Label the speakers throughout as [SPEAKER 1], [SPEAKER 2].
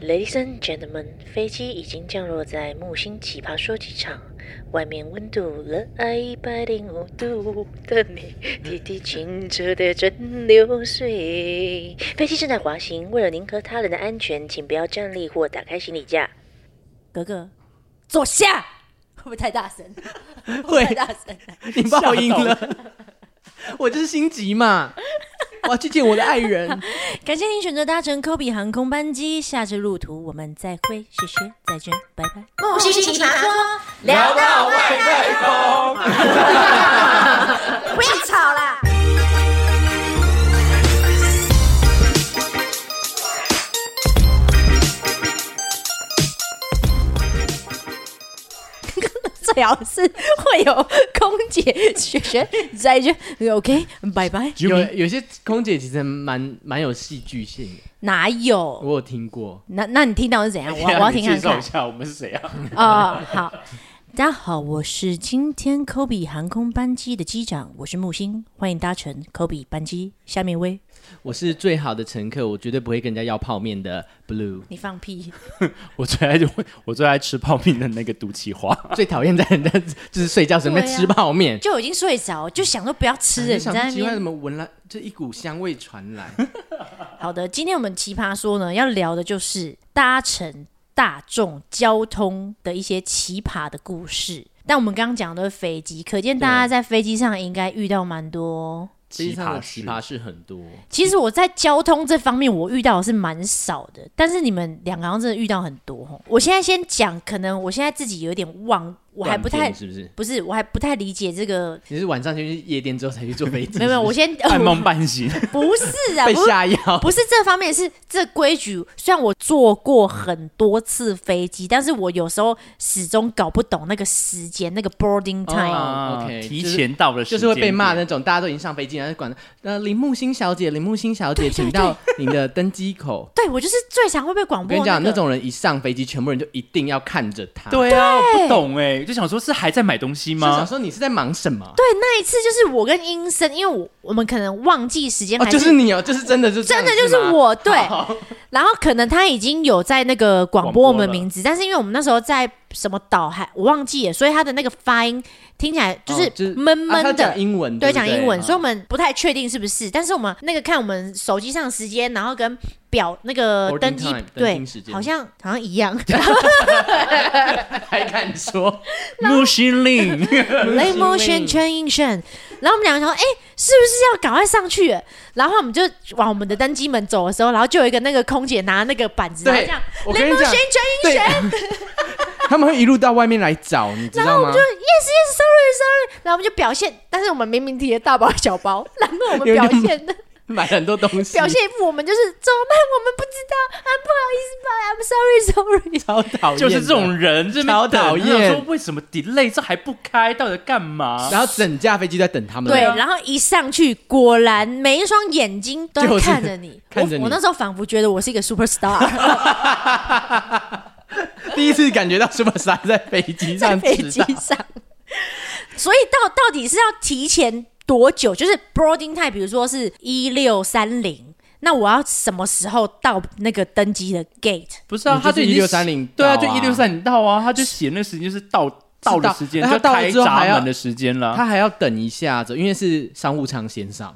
[SPEAKER 1] Ladies and gentlemen，飞机已经降落在木星奇葩说机场，外面温度热爱一百零五度的你，滴滴清澈的蒸馏水。飞机正在滑行，为了您和他人的安全，请不要站立或打开行李架。
[SPEAKER 2] 格格，坐下，会不会太大声？会不会太大声了？
[SPEAKER 3] 你报应了， 我就是心急嘛，我要去见我的爱 人。
[SPEAKER 2] 感谢您选择搭乘科比航空班机，下次路途我们再会，谢谢，再见，拜拜。
[SPEAKER 4] 木星奇葩说，
[SPEAKER 5] 聊到外太空。
[SPEAKER 4] 不要吵啦！
[SPEAKER 2] 最好是会有空姐学 学再见，OK，拜拜。
[SPEAKER 3] 有有些空姐其实蛮蛮有戏剧性的，
[SPEAKER 2] 哪有？
[SPEAKER 3] 我有听过。
[SPEAKER 2] 那那你听到是怎样？我我要听看
[SPEAKER 5] 介绍
[SPEAKER 2] 看
[SPEAKER 5] 一。下我们是谁啊？
[SPEAKER 2] 哦，好，大家好，我是今天 Kobe 航空班机的机长，我是木星，欢迎搭乘 Kobe 班机。下面威，
[SPEAKER 3] 我是最好的乘客，我绝对不会跟人家要泡面的。Blue
[SPEAKER 2] 你放屁！
[SPEAKER 5] 我最爱我最爱吃泡面的那个毒 气花，
[SPEAKER 3] 最讨厌在人家就是睡觉时候在
[SPEAKER 2] 对啊
[SPEAKER 3] 吃泡面，
[SPEAKER 2] 就已经睡着，就想说不要吃了，
[SPEAKER 3] 就
[SPEAKER 2] 哎你
[SPEAKER 3] 想
[SPEAKER 2] 在
[SPEAKER 3] 说
[SPEAKER 2] 那
[SPEAKER 3] 奇怪怎
[SPEAKER 2] 边。
[SPEAKER 3] 么闻来这一股香味传来。
[SPEAKER 2] 好的，今天我们奇葩说呢，要聊的就是搭乘大众交通的一些奇葩的故事。但我们刚刚讲的都是飞机，可见大家在飞机上应该遇到蛮多。
[SPEAKER 3] 飞机上的
[SPEAKER 5] 奇
[SPEAKER 3] 奇
[SPEAKER 5] 葩
[SPEAKER 3] 葩事
[SPEAKER 5] 事
[SPEAKER 3] 很多，
[SPEAKER 2] 其实我在交通这方面我遇到的是蛮少的，但是你们两个好像真的遇到很多吼。我现在先讲，可能我现在自己有点忘，我还不太
[SPEAKER 3] 断片是不是？
[SPEAKER 2] 不是，我还不太理解这个。
[SPEAKER 3] 你是晚上去夜店之后才去坐飞机？
[SPEAKER 2] 没有没有，我
[SPEAKER 3] 是
[SPEAKER 2] 先、呃
[SPEAKER 5] 半梦半醒。
[SPEAKER 2] 不是啊，
[SPEAKER 3] 不
[SPEAKER 2] 不
[SPEAKER 3] 是被
[SPEAKER 2] 是
[SPEAKER 3] 下 药。
[SPEAKER 2] 不是这方面，是这规矩。虽然我坐过很多次飞机，但是我有时候始终搞不懂那个时间，那个 boarding time。
[SPEAKER 3] 哦 OK，
[SPEAKER 5] 啊提
[SPEAKER 3] 就是
[SPEAKER 5] 前到了
[SPEAKER 3] 就
[SPEAKER 5] 时间点，
[SPEAKER 3] 是会被骂那种，大家都已经上飞机，然后就管呃林木星小姐，林木星小姐，请到您的登机口。
[SPEAKER 2] 对我就是最常会被广
[SPEAKER 3] 我
[SPEAKER 2] 播、
[SPEAKER 3] 跟
[SPEAKER 2] 那
[SPEAKER 3] 你讲，那
[SPEAKER 2] 个
[SPEAKER 3] 种人一上飞机，全部人就一定要看着他。，
[SPEAKER 5] 对啊，我不懂哎，就想说是还在买东西
[SPEAKER 3] 就想
[SPEAKER 5] 吗？
[SPEAKER 3] 说你是在忙什么？
[SPEAKER 2] 对那一次就是我跟英生，因为我我们可能忘记时间，
[SPEAKER 3] 哦，
[SPEAKER 2] 还
[SPEAKER 3] 就是你哦，就是真的就是这
[SPEAKER 2] 真
[SPEAKER 3] 样
[SPEAKER 2] 的
[SPEAKER 3] 子
[SPEAKER 2] 就
[SPEAKER 3] 吗
[SPEAKER 2] 是我对，然后可能他已经有在那个广播我们名字，但是因为我们那时候在什么岛还我忘记了，所以他的那个发音听起来就
[SPEAKER 3] 哦
[SPEAKER 2] 是闷
[SPEAKER 3] 啊他
[SPEAKER 2] 闷的，
[SPEAKER 3] 讲英文，
[SPEAKER 2] 对，
[SPEAKER 3] 不
[SPEAKER 2] 讲英文，
[SPEAKER 3] 啊
[SPEAKER 2] 所以我们不太确定是不是，但是我们那个看我们手机上的时间，然后跟表那个
[SPEAKER 3] Boarding
[SPEAKER 2] 登机
[SPEAKER 3] time，登
[SPEAKER 2] 对
[SPEAKER 3] 机时，间
[SPEAKER 2] 好像好像一 样。
[SPEAKER 3] 还敢 说？
[SPEAKER 5] 木心令，
[SPEAKER 2] Late motion transition，然后我们两个想说，哎、是不是要赶快上去了？然后我们就往我们的登机门走的时候，然后就有一个那个空姐拿那个板子，然后
[SPEAKER 3] 对
[SPEAKER 2] 这样
[SPEAKER 3] 我跟你
[SPEAKER 2] Late
[SPEAKER 3] 讲
[SPEAKER 2] motion transition，
[SPEAKER 3] 对， 他们会一路到外面来找，你知道吗？
[SPEAKER 2] yes yes sorry sorry，然后我们就表现，但是我们明明提了大包小包，然后我们表现
[SPEAKER 3] 买很多东西，
[SPEAKER 2] 表现一副我们就是怎么办？我们不知道啊，不好意思吧，I'm sorry sorry。
[SPEAKER 3] 超讨厌，
[SPEAKER 5] 就是这种。人，这边
[SPEAKER 3] 超讨厌
[SPEAKER 5] 等然后说为什么 delay 这还不开，到底在干嘛？
[SPEAKER 3] 然后整架飞机在等他们，
[SPEAKER 2] 对，，然后一上去，果然每一双眼睛都在
[SPEAKER 3] 就是
[SPEAKER 2] 看着你。
[SPEAKER 3] 看着
[SPEAKER 2] 我
[SPEAKER 3] 你
[SPEAKER 2] 我那时候仿佛觉得我是一个 super star，
[SPEAKER 3] 第一次感觉到 Super Star 在飞机
[SPEAKER 2] 在
[SPEAKER 3] 上
[SPEAKER 2] 飞
[SPEAKER 3] 迟
[SPEAKER 2] 机
[SPEAKER 3] 到，
[SPEAKER 2] 上。所以到到底是要提前多久？就是 boarding time，比如说是一六三零，那我要什么时候到那个登机的 gate？
[SPEAKER 5] 不是啊，
[SPEAKER 3] 你
[SPEAKER 5] 他
[SPEAKER 3] 就是
[SPEAKER 5] 就已经
[SPEAKER 3] 1630
[SPEAKER 5] 对啊，就
[SPEAKER 3] 到啊
[SPEAKER 5] 一六三你到啊，他就写那个时间就是到到的时间，
[SPEAKER 3] 那他
[SPEAKER 5] 就
[SPEAKER 3] 到
[SPEAKER 5] 开
[SPEAKER 3] 了之后还
[SPEAKER 5] 闸
[SPEAKER 3] 要
[SPEAKER 5] 门的时间了。
[SPEAKER 3] 他还要等一下子，因为是商务舱先上，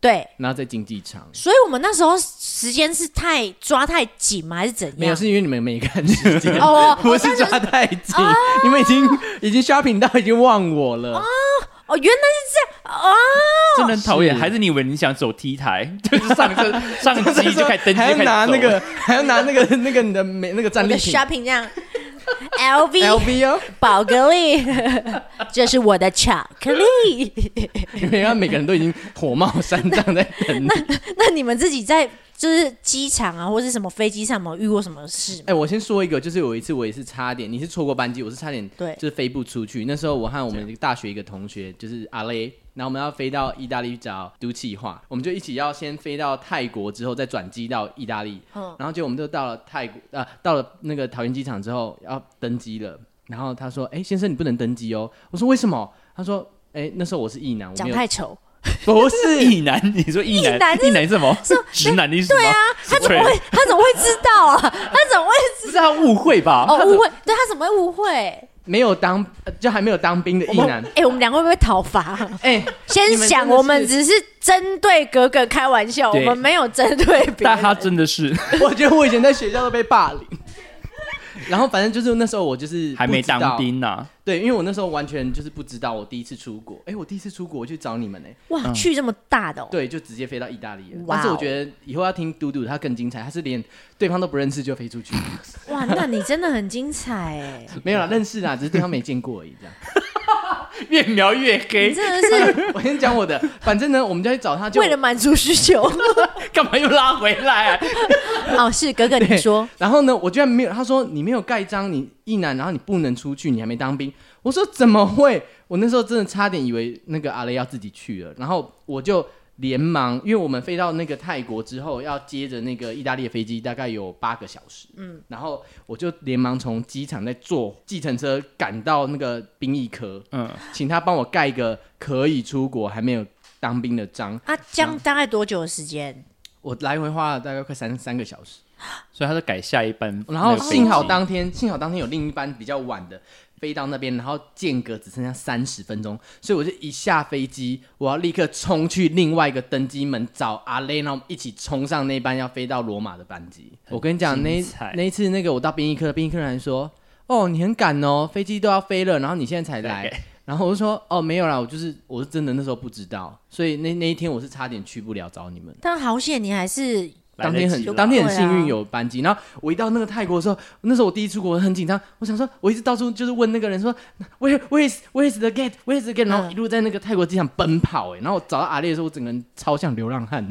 [SPEAKER 2] 对，
[SPEAKER 3] 然后再经济舱。
[SPEAKER 2] 所以我们那时候时间是太抓太紧吗？还是怎样？
[SPEAKER 3] 没有，是因为你们没看时间，
[SPEAKER 2] 哦
[SPEAKER 3] 不是抓太紧，你们已经已经 shopping 到已经忘我 了。
[SPEAKER 2] 哦，原来是这样哦。
[SPEAKER 5] 真的很讨厌。
[SPEAKER 3] 是
[SPEAKER 5] 还是你以为你想走 T 台， 就是上车上机就开始登机，
[SPEAKER 3] 还要
[SPEAKER 5] 就开始
[SPEAKER 3] 拿
[SPEAKER 5] 走
[SPEAKER 3] 那个， 还要拿那个那个你的美那个
[SPEAKER 2] 我
[SPEAKER 3] 战利
[SPEAKER 2] 的
[SPEAKER 3] 品
[SPEAKER 2] shopping 这样，LV
[SPEAKER 3] LV 哦，
[SPEAKER 2] 宝格丽， 这是我的巧克力。
[SPEAKER 3] 因为他每个人都已经火冒三丈在等你。
[SPEAKER 2] 那你们自己在就是机场啊，或是什么飞机上，有没有遇过什么事吗？
[SPEAKER 3] 哎、我先说一个，就是有一次我也是差点，你是错过班机，我是差点
[SPEAKER 2] 对
[SPEAKER 3] 就是飞不出去。那时候我和我们大学一个同学，就是阿雷，然后我们要飞到意大利找读企划，我们就一起要先飞到泰国，之后再转机到意大利。
[SPEAKER 2] 嗯
[SPEAKER 3] 然后就我们就到了泰国，呃，到了那个桃园机场之后要登机了。然后他说：“哎、先生，你不能登机哦。”我说：“为什么？”他说：“哎、那时候我是异男，我
[SPEAKER 2] 长
[SPEAKER 3] 没有
[SPEAKER 2] 太丑，
[SPEAKER 3] 不是
[SPEAKER 5] 异男，你说异
[SPEAKER 2] 异男
[SPEAKER 5] 男，
[SPEAKER 2] 是
[SPEAKER 5] 异男是什么？直男的意思吗？
[SPEAKER 2] 哎对啊，他怎么
[SPEAKER 5] 对
[SPEAKER 2] 会他怎么会知道啊？他怎么会
[SPEAKER 3] 不是他误会吧？
[SPEAKER 2] 哦，
[SPEAKER 3] 他怎
[SPEAKER 2] 误会，对他怎么会误会？
[SPEAKER 3] 没有当呃就还没有当兵的一男，
[SPEAKER 2] 哎、我们两个会不会讨伐？
[SPEAKER 3] 哎，
[SPEAKER 2] 先
[SPEAKER 3] 你们
[SPEAKER 2] 想，
[SPEAKER 3] 真的
[SPEAKER 2] 我们
[SPEAKER 3] 是
[SPEAKER 2] 只是针对格格开玩笑，我
[SPEAKER 5] 对
[SPEAKER 2] 们没有针对别
[SPEAKER 5] 但
[SPEAKER 2] 人。
[SPEAKER 5] 他真的是
[SPEAKER 3] 我觉得我以前在学校都被霸凌。 然后反正就是那时候我就是
[SPEAKER 5] 还没
[SPEAKER 3] 不知道
[SPEAKER 5] 当，兵呐、
[SPEAKER 3] 对，因为我那时候完全就是不知道我第一次出国，哎，我第一次出国我去找你们呢，
[SPEAKER 2] 哇，去这么大的、哦，
[SPEAKER 3] 对，就直接飞到意大利了。
[SPEAKER 2] 哇哦
[SPEAKER 3] 但是我觉得以后要听嘟嘟他更精彩，他是连对方都不认识就 飞出去，
[SPEAKER 2] 哇，那你真的很精彩哎！
[SPEAKER 3] 没有啦，认识啦，只是对方没见过而已这样。
[SPEAKER 5] 越描越
[SPEAKER 2] 你
[SPEAKER 5] 黑，
[SPEAKER 2] 真的是
[SPEAKER 3] 我先讲我的，反正呢，我们就去找他就，
[SPEAKER 2] 为了满足需求
[SPEAKER 5] 干嘛又拉回 来、啊
[SPEAKER 2] 哦，是格格你
[SPEAKER 3] 对
[SPEAKER 2] 说，
[SPEAKER 3] 然后呢，我居然没有，他说你没有盖章，你一男，然后你不能出去，你还没当兵。我说怎么会？我那时候真的差点以为那个阿雷要自己去了，然后我就连忙，因为我们飞到那个泰国之后，要接着那个意大利的飞机，大概有八个小时。嗯，然后我就连忙从机场再坐计程车赶到那个兵役科，
[SPEAKER 5] 嗯，
[SPEAKER 3] 请他帮我盖一个可以出国还没有当兵的章。
[SPEAKER 2] 啊，这样大概多久的时间？
[SPEAKER 3] 我来回花了大概快三三个小时。
[SPEAKER 5] 所以他就改下一班。
[SPEAKER 3] 然后
[SPEAKER 5] 那个飞机
[SPEAKER 3] 幸好当天，幸好当天有另一班比较晚的飞到那边，然后间隔只剩下三十分钟，所以我就一下飞机，我要立刻冲去另外一个登机门找阿雷，然后我们一起冲上那班要飞到罗马的班机。我跟你讲，那
[SPEAKER 5] 精彩
[SPEAKER 3] 那一次那个我到兵役科，兵役科人还说：“哦，你很赶哦，飞机都要飞了，然后你现在才来。
[SPEAKER 5] 对”
[SPEAKER 3] 然后我就说：“哦，没有啦，我就是我是真的那时候不知道，所以那那一天我是差点去不了找你们。”
[SPEAKER 2] 但好险你还是
[SPEAKER 5] 来
[SPEAKER 3] 当
[SPEAKER 5] 得及
[SPEAKER 3] 天
[SPEAKER 5] 啦
[SPEAKER 3] 很当天很
[SPEAKER 2] 对
[SPEAKER 3] 幸
[SPEAKER 2] 啊
[SPEAKER 3] 运有班机，然后我一到那个泰国的时候，那时候我第一出国我很紧张，我想说我一直到处就是问那个人说 Where Where is Where is the gate Where is the gate，然后一
[SPEAKER 2] 嗯
[SPEAKER 3] 路在那个泰国机场奔跑哎、然后我找到阿烈的时候，我整个人超像流 浪汉，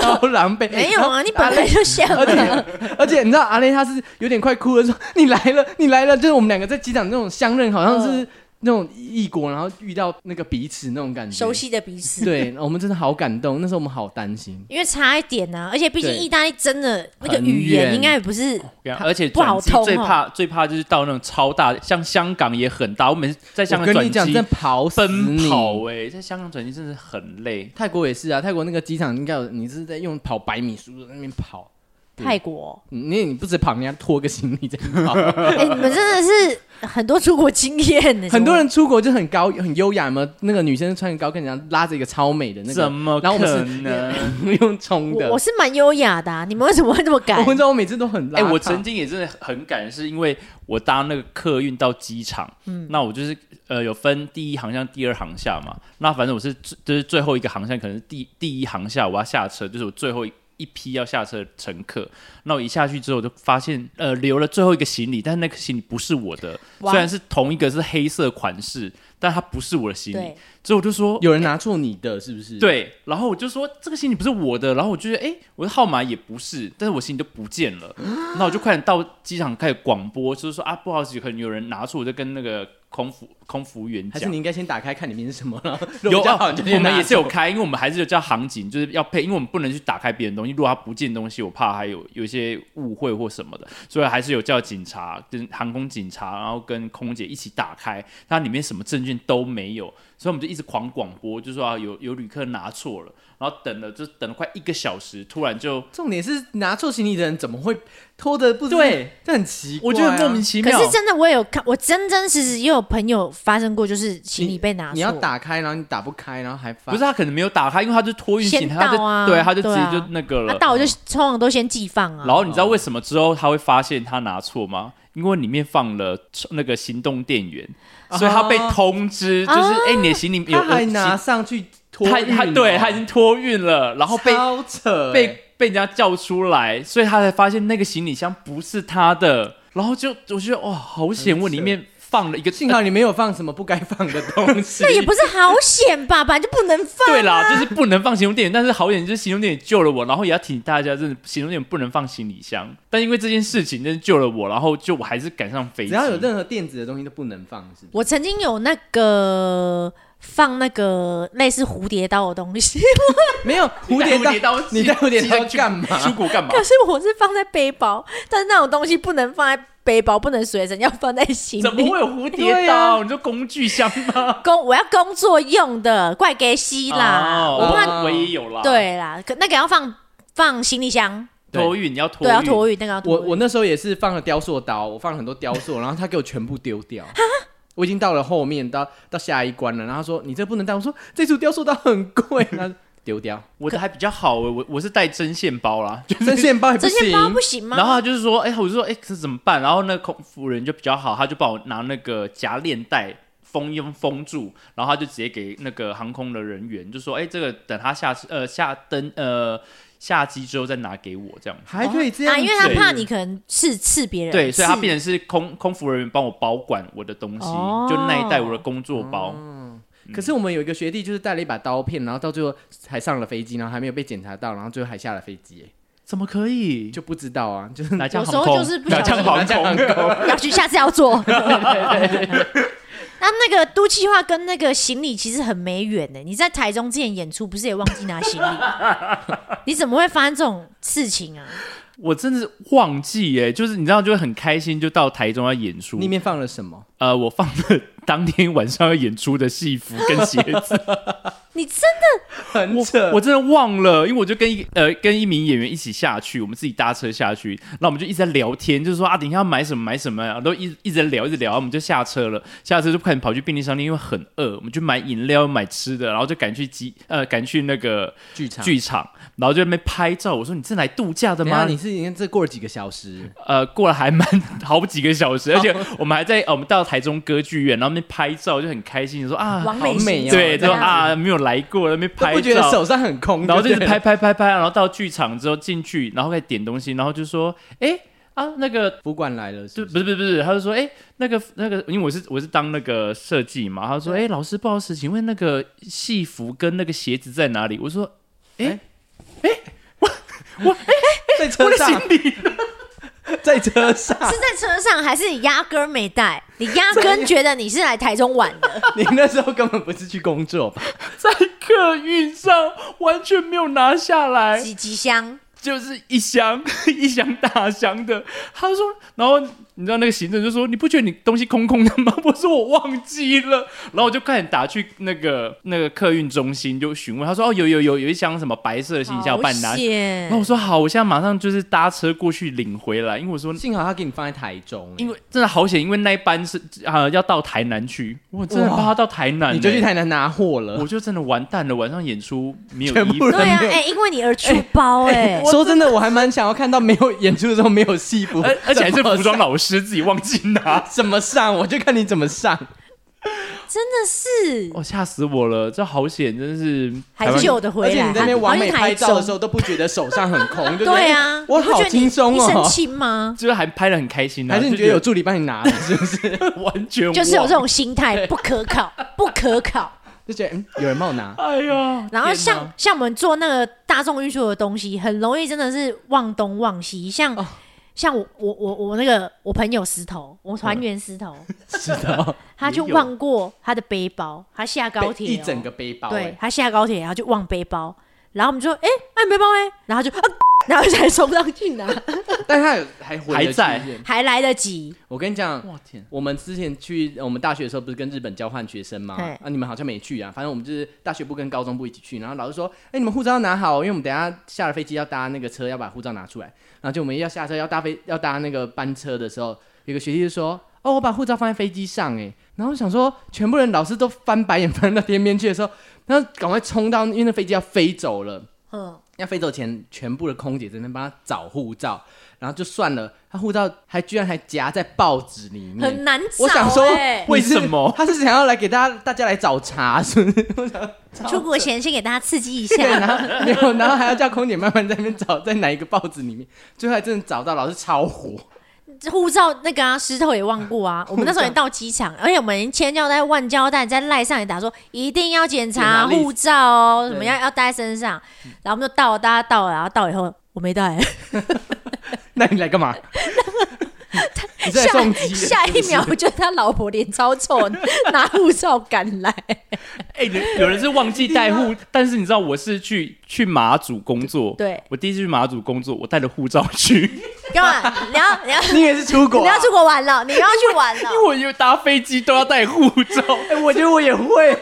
[SPEAKER 3] 超狼狈。
[SPEAKER 2] 没有
[SPEAKER 3] 然后
[SPEAKER 2] 啊，你本来就像
[SPEAKER 3] 而且而且你知道阿烈他是有点快哭了，说你来了你来了，就是我们两个在机场那种相认，好像
[SPEAKER 2] 嗯
[SPEAKER 3] 是那种异国，然后遇到那个彼此那种感 觉，
[SPEAKER 2] 熟。悉的彼此，
[SPEAKER 3] 对，我们真的好感动，那时候我们好担心。
[SPEAKER 2] 因为差一点啊呐、而且毕竟
[SPEAKER 3] 对
[SPEAKER 2] 意大利真的那个
[SPEAKER 3] 很
[SPEAKER 2] 语言
[SPEAKER 3] 远
[SPEAKER 2] 应该也不是
[SPEAKER 5] 对啊而且
[SPEAKER 2] 不好
[SPEAKER 5] 转机
[SPEAKER 2] 通
[SPEAKER 5] 最
[SPEAKER 2] 哦
[SPEAKER 5] 怕最怕就是到那种超大，像香港也很大。我每次在香
[SPEAKER 3] 我跟
[SPEAKER 5] 港转
[SPEAKER 3] 你讲，
[SPEAKER 5] 机
[SPEAKER 3] 真的跑死
[SPEAKER 5] 奔
[SPEAKER 3] 你
[SPEAKER 5] 跑哎、在香港转机真的很累。
[SPEAKER 3] 泰国也是啊，泰国那个机场应该有，你是在用跑百米速度在那边跑，对
[SPEAKER 2] 泰国。
[SPEAKER 3] 你你不止跑，你还拖个行李在跑。
[SPEAKER 2] 哎、你们真的是很多出国经验呢，
[SPEAKER 3] 很多人出国就很高很优雅嘛，那个女生穿个高跟鞋，然后拉着一个超美的那个，
[SPEAKER 5] 怎么
[SPEAKER 3] 然后我
[SPEAKER 5] 可
[SPEAKER 3] 们
[SPEAKER 5] 能？
[SPEAKER 3] 是 用冲
[SPEAKER 2] 我
[SPEAKER 3] 的。
[SPEAKER 2] 我是蛮优雅的、啊，你们为什么会这么敢
[SPEAKER 3] 我？们知道我每次都很拉
[SPEAKER 5] 哎、
[SPEAKER 3] 遢。
[SPEAKER 5] 我曾经也真的很赶，是因为我搭那个客运到机场，
[SPEAKER 2] 嗯
[SPEAKER 5] 那我就是呃有分第一航向、第二航下嘛，那反正我是最就是最后一个航向，可能是第第一航下我要下车，就是我最后一批要下车的乘客，那我一下去之后我就发现呃留了最后一个行李，但是那个行李不是我的，
[SPEAKER 2] 哇
[SPEAKER 5] 虽然是同一个是黑色款式，但它不是我的行李
[SPEAKER 2] 对，，
[SPEAKER 5] 所以我就说
[SPEAKER 3] 有人拿错你的，是不是？，
[SPEAKER 5] 对，然后我就说这个行李不是我的，然后我就觉得哎，我的号码也不是，但是我行李就不见 了，那我就快点到机场开始广播，就是说啊，不好意思，可能有人拿错，我就跟那个空服空服务员
[SPEAKER 3] 还是
[SPEAKER 5] 讲
[SPEAKER 3] 你。应该先打开看里面是什么，然后
[SPEAKER 5] 有
[SPEAKER 3] 比较
[SPEAKER 5] 啊，
[SPEAKER 3] 好你就先
[SPEAKER 5] 我们
[SPEAKER 3] 拿
[SPEAKER 5] 也是有
[SPEAKER 3] 走
[SPEAKER 5] 开，因为我们还是有叫航警，就是要配，因为我们不能去打开别人的东西，如果他不见东西，我怕还有有一些误会或什么的，所以还是有叫警察跟航空警察，然后跟空姐一起打开，它里面什么证件都没有，所以我们就一直狂广播，就说啊有有旅客拿错了，然后等了就等了快一个小时，突然就
[SPEAKER 3] 重点是拿错行李的人怎么会拖的不知
[SPEAKER 5] 对，
[SPEAKER 3] 这很奇怪啊。
[SPEAKER 5] 我觉得莫名其
[SPEAKER 2] 可
[SPEAKER 5] 妙。
[SPEAKER 2] 是真的我也有看，我真真实实也有朋友发生过，就是行李被拿错，
[SPEAKER 3] 你要打开，然后你打不开，然后还发
[SPEAKER 5] 不是他可能没有打开，因为他就托运行李，
[SPEAKER 2] 先
[SPEAKER 5] 他就
[SPEAKER 2] 到啊
[SPEAKER 5] 对，他就直
[SPEAKER 2] 对
[SPEAKER 5] 接
[SPEAKER 2] 啊
[SPEAKER 5] 就那个了
[SPEAKER 2] 啊，。到我就通常都先寄放啊。
[SPEAKER 5] 然后你知
[SPEAKER 3] 嗯
[SPEAKER 5] 道为什么之后他会发现他拿错吗？因为里面放了那个行动电源，所以他被通知，就是哎、诶你的行李有
[SPEAKER 3] 哦啊他还拿
[SPEAKER 5] 有
[SPEAKER 3] 上去托
[SPEAKER 5] 他
[SPEAKER 3] 运
[SPEAKER 5] 他
[SPEAKER 3] 哦
[SPEAKER 5] 对他已经托运了，然后被
[SPEAKER 3] 超扯欸、
[SPEAKER 5] 被被人家叫出来，所以他才发现那个行李箱不是他的，然后就我觉得哇，好险！我里面放了一个呃
[SPEAKER 3] 幸好你没有放什么不该放的东西。
[SPEAKER 2] 那也不是好险吧，本来就不能放。
[SPEAKER 5] 对啦，就是不能放行动电源，但是好点就是行动电源救了我，然后也要提醒大家，真的行动电源不能放行李箱。但因为这件事情，真的救了我，然后就我还是赶上飞机。
[SPEAKER 3] 只要有任何电子的东西都不能放，是不是？
[SPEAKER 2] 我曾经有那个放那个类似蝴蝶刀的东 西，
[SPEAKER 3] 没有蝴蝶
[SPEAKER 5] 你带
[SPEAKER 3] 刀， 你带蝴蝶 刀干嘛？
[SPEAKER 5] 出国干嘛
[SPEAKER 2] 可？是我是放在背包，但是那种东西不能放在背包，不能随身，要放在行
[SPEAKER 5] 怎么
[SPEAKER 2] 李。
[SPEAKER 5] 会有蝴蝶
[SPEAKER 3] 对
[SPEAKER 5] 刀？
[SPEAKER 3] 啊
[SPEAKER 5] 你说工具箱 吗？
[SPEAKER 2] 工我要工作用的，怪给吸啦，
[SPEAKER 5] 哦
[SPEAKER 2] 我怕
[SPEAKER 3] 哦
[SPEAKER 5] 我也有啦。，
[SPEAKER 2] 对啦，可那个要放放行李箱，
[SPEAKER 3] 对
[SPEAKER 5] 托运，你要托
[SPEAKER 2] 对，啊要托
[SPEAKER 5] 运。
[SPEAKER 2] 运那个要托
[SPEAKER 3] 我
[SPEAKER 2] 运
[SPEAKER 3] 我那时候也是放了雕塑刀，我放了很多雕塑，然后他给我全部丢掉。我已经到了后面，到到下一关了，然后他说你这不能带，我说这组雕塑刀很贵，他说丢掉，
[SPEAKER 5] 我的还比较好，我我我是带针线包啦，就
[SPEAKER 3] 针线包也不
[SPEAKER 2] 这些包
[SPEAKER 3] 行
[SPEAKER 2] 不。行吗？
[SPEAKER 5] 然后他就是说，哎、我就说，哎、这怎么办？然后那空服人就比较好，他就帮我拿那个夹链带封一封住，然后他就直接给那个航空的人员就说，哎、这个等他下呃下登呃下机之后再拿给我这样。
[SPEAKER 3] 还可以这样
[SPEAKER 2] 啊，
[SPEAKER 3] 子，
[SPEAKER 2] 因为他怕你可能刺刺别人，
[SPEAKER 5] 对，所以他
[SPEAKER 2] 刺
[SPEAKER 5] 变成是空空服人员帮我保管我的东西，
[SPEAKER 2] 哦
[SPEAKER 5] 就那一袋我的工作包。
[SPEAKER 3] 可是我们有一个学弟，就是带了一把刀片，然后到最后还上了飞机，然后还没有被检查到，然后最后还下了飞机，哎
[SPEAKER 5] 怎么可以？
[SPEAKER 3] 就不知道啊，就是
[SPEAKER 5] 哪家
[SPEAKER 2] 有时
[SPEAKER 5] 航
[SPEAKER 2] 候
[SPEAKER 5] 空？
[SPEAKER 2] 就是不
[SPEAKER 5] 哪
[SPEAKER 2] 小
[SPEAKER 5] 家
[SPEAKER 2] 心
[SPEAKER 5] 航空？
[SPEAKER 2] 要去，下次要做。 那那个都计划跟那个行李其实很没缘呢。你在台中之前演出，不是也忘记拿行李？ 你怎么会发生这种事情啊？
[SPEAKER 5] 我真的是忘记耶，就是你知道，就会很开心，就到台中要演出
[SPEAKER 3] 里。面放了什么？
[SPEAKER 5] 呃，我放的 当天晚上要演出的戏服跟鞋子，
[SPEAKER 2] 你真
[SPEAKER 3] 很扯
[SPEAKER 5] 我，我真的忘了，因为我就跟一呃跟一名演员一起下去，我们自己搭车下去，那我们就一直在聊天，就是说啊，等一下要买什么买什么啊，然后一直一直在聊一直聊，我们就下车了，下车就快点跑去便利商店，因为很饿，我们就买饮料买吃的，然后就赶去集呃赶去那个
[SPEAKER 3] 剧场
[SPEAKER 5] 剧场，然后就在那边拍照。我说你是来度假的
[SPEAKER 3] 等一下
[SPEAKER 5] 吗？
[SPEAKER 3] 啊你是你看这过了几个小时，
[SPEAKER 5] 呃，过了还蛮好几个小 时，而且我们还在、呃我们到台中歌剧院，然后那边拍照就很开心，说啊，
[SPEAKER 2] 完美
[SPEAKER 3] 好美
[SPEAKER 2] 行程
[SPEAKER 3] 哦
[SPEAKER 5] 对，
[SPEAKER 2] 这
[SPEAKER 5] 就
[SPEAKER 2] 样子
[SPEAKER 5] 啊没有来过，那边
[SPEAKER 3] 都
[SPEAKER 5] 拍
[SPEAKER 3] 不觉得
[SPEAKER 5] 照，
[SPEAKER 3] 手上很空，
[SPEAKER 5] 然后就是
[SPEAKER 3] 对
[SPEAKER 5] 拍拍拍拍，然后到剧场之后进去，然后开始点东西，然后就说，哎啊那个
[SPEAKER 3] 不对。服管来了，是
[SPEAKER 5] 就
[SPEAKER 3] 不
[SPEAKER 5] 不
[SPEAKER 3] 是？
[SPEAKER 5] 是不是不是，他就说，哎、那个那个，因为我是我是当那个设计嘛，他说，哎、老师不好意思，请问那个戏服跟那个鞋子在哪里？我说，哎、
[SPEAKER 3] 哎
[SPEAKER 5] 我我哎、
[SPEAKER 3] 在车上，在车上，
[SPEAKER 2] 是在车上，还是你压根儿没带？你压根觉得你是来台中玩 的？
[SPEAKER 3] 你那时候根本不是去工作吧？
[SPEAKER 5] 在客运上完全没有拿下来，
[SPEAKER 2] 几几箱？
[SPEAKER 5] 就是一箱 一箱大箱的。他说，然后你知道那个行政就说：“你不觉得你东西空空的吗？” 我说：“我忘记了。”然后我就快点打去那个那个客运中心就询问，他说：“哦，有有有有一箱什么白色的行李箱，我帮你拿。”
[SPEAKER 2] 哦险
[SPEAKER 5] 然
[SPEAKER 3] 哦
[SPEAKER 5] 后我说：“好，我现在马上就是搭车过去领回来。”因为我 说。
[SPEAKER 3] 幸好他给你放在台中，
[SPEAKER 5] 因为真的好险，因为那一班是啊、要到台南去，我真的
[SPEAKER 3] 哇
[SPEAKER 5] 怕他到台南、
[SPEAKER 3] 欸
[SPEAKER 5] 欸
[SPEAKER 3] 你就去，台南拿货了
[SPEAKER 5] 我。就真的完蛋了。晚上演出没有
[SPEAKER 3] 全
[SPEAKER 5] 衣
[SPEAKER 3] 部
[SPEAKER 5] 服，
[SPEAKER 3] 人
[SPEAKER 2] 对啊，
[SPEAKER 3] 没有
[SPEAKER 2] 哎、因为你而出包哎、
[SPEAKER 3] 说真的， 我还蛮想要看到没有演出的时候没有戏服，
[SPEAKER 5] 而而且还是服装老师自己忘记拿。
[SPEAKER 3] 怎么上，我就看你怎么上。
[SPEAKER 2] 真的是
[SPEAKER 5] 哦，吓死我了！这好险，真是台
[SPEAKER 2] 还
[SPEAKER 5] 湾
[SPEAKER 2] 救的
[SPEAKER 3] 而
[SPEAKER 2] 回
[SPEAKER 3] 且
[SPEAKER 2] 来。
[SPEAKER 3] 你在那边完美拍照的时
[SPEAKER 2] 候，
[SPEAKER 3] 候都不觉得手上很空，就觉得
[SPEAKER 2] 对啊，
[SPEAKER 3] 哎我
[SPEAKER 2] 你不觉
[SPEAKER 3] 好
[SPEAKER 2] 得你
[SPEAKER 3] 轻松
[SPEAKER 2] 你
[SPEAKER 3] 哦
[SPEAKER 2] 神。清吗？
[SPEAKER 5] 就是还拍的很开心、啊，
[SPEAKER 3] 还是你觉得有助理帮你拿的，是不是？
[SPEAKER 5] 有完全
[SPEAKER 2] 就是有
[SPEAKER 5] 忘
[SPEAKER 2] 这，种心态，不可靠， 不可靠。
[SPEAKER 3] 就觉得嗯， 有人帮我拿。
[SPEAKER 5] 哎 呀，
[SPEAKER 2] 然后
[SPEAKER 5] 天哪
[SPEAKER 2] 像像我们做那个大众运输的东西，很容易真的是忘东忘西。像、
[SPEAKER 3] 哦
[SPEAKER 2] 像我我我我那个我朋友石头，我团员石 头，
[SPEAKER 3] 是的，
[SPEAKER 2] 他就
[SPEAKER 3] 嗯也有
[SPEAKER 2] 忘过他的背包，他下高铁哦、
[SPEAKER 3] 一整个背包，
[SPEAKER 2] 对
[SPEAKER 3] 哎
[SPEAKER 2] 他下高铁，然后就忘背包，然后我们就说哎哎、你背包哎、然后就啊，然后就还冲上去 拿，
[SPEAKER 3] 但他有还回得
[SPEAKER 5] 还在
[SPEAKER 3] 去耶
[SPEAKER 2] 还来得及。
[SPEAKER 3] 我跟你讲，
[SPEAKER 5] 哇天，
[SPEAKER 3] 我们之前去我们大学的时候，不是跟日本交换学生吗
[SPEAKER 2] 对？
[SPEAKER 3] 啊，你们好像没去啊。反正我们就是大学部跟高中部一起去，然后老师说：“哎、你们护照要拿好哦，因为我们等一下下了飞机要搭那个车，要把护照拿出来。”然后就我们要下车要搭飞要搭那个班车的时候，有个学弟就说：“哦，我把护照放在飞机上。”哎，然后我想说，全部人老师都翻白眼翻到天边去的时候，然后赶快冲到，因为那飞机要飞走了。
[SPEAKER 2] 嗯，
[SPEAKER 3] 要飞走前，全部的空姐在那边帮他找护照，然后就算了，他护照还居然还夹在报纸里面，
[SPEAKER 2] 很难找、欸。
[SPEAKER 3] 嗯我想说，
[SPEAKER 5] 为什么
[SPEAKER 3] 他是想要来给大家大家来找茬，是不是？
[SPEAKER 2] 出国前先给大家刺激一
[SPEAKER 3] 对，
[SPEAKER 2] 下。
[SPEAKER 3] 然后没有，然后还要叫空姐慢慢在那边找，在哪一个报纸里面，最后还真的找到，老师超火，
[SPEAKER 2] 护照那个啊，石头也忘过啊。我们那时候也到机场，而且我们已经签交代、万交代，在赖上也打说一定要检查
[SPEAKER 3] 检查 list
[SPEAKER 2] 护照哦，什么
[SPEAKER 3] 对嗯
[SPEAKER 2] 要要带在身上。然后我们就到了，大家到了，然后到了以后我没带，
[SPEAKER 3] 那你来干 嘛？你在
[SPEAKER 2] 下
[SPEAKER 3] 送机？
[SPEAKER 2] 下一 秒我觉得他老婆脸超臭，拿护照赶 来，
[SPEAKER 5] 哎、有有人是忘
[SPEAKER 3] 啊
[SPEAKER 5] 记带护，但是你知道我是去去马祖工作，
[SPEAKER 2] 对
[SPEAKER 5] 我第一次去马祖工作，我带着护照去， 因
[SPEAKER 2] 干嘛？你要你要
[SPEAKER 3] 你也是出国、啊
[SPEAKER 2] 你要出国玩 了，你要去玩了。
[SPEAKER 3] 哎
[SPEAKER 5] 为我以为搭飞机都要带护照，
[SPEAKER 3] 哎、我觉得我也会，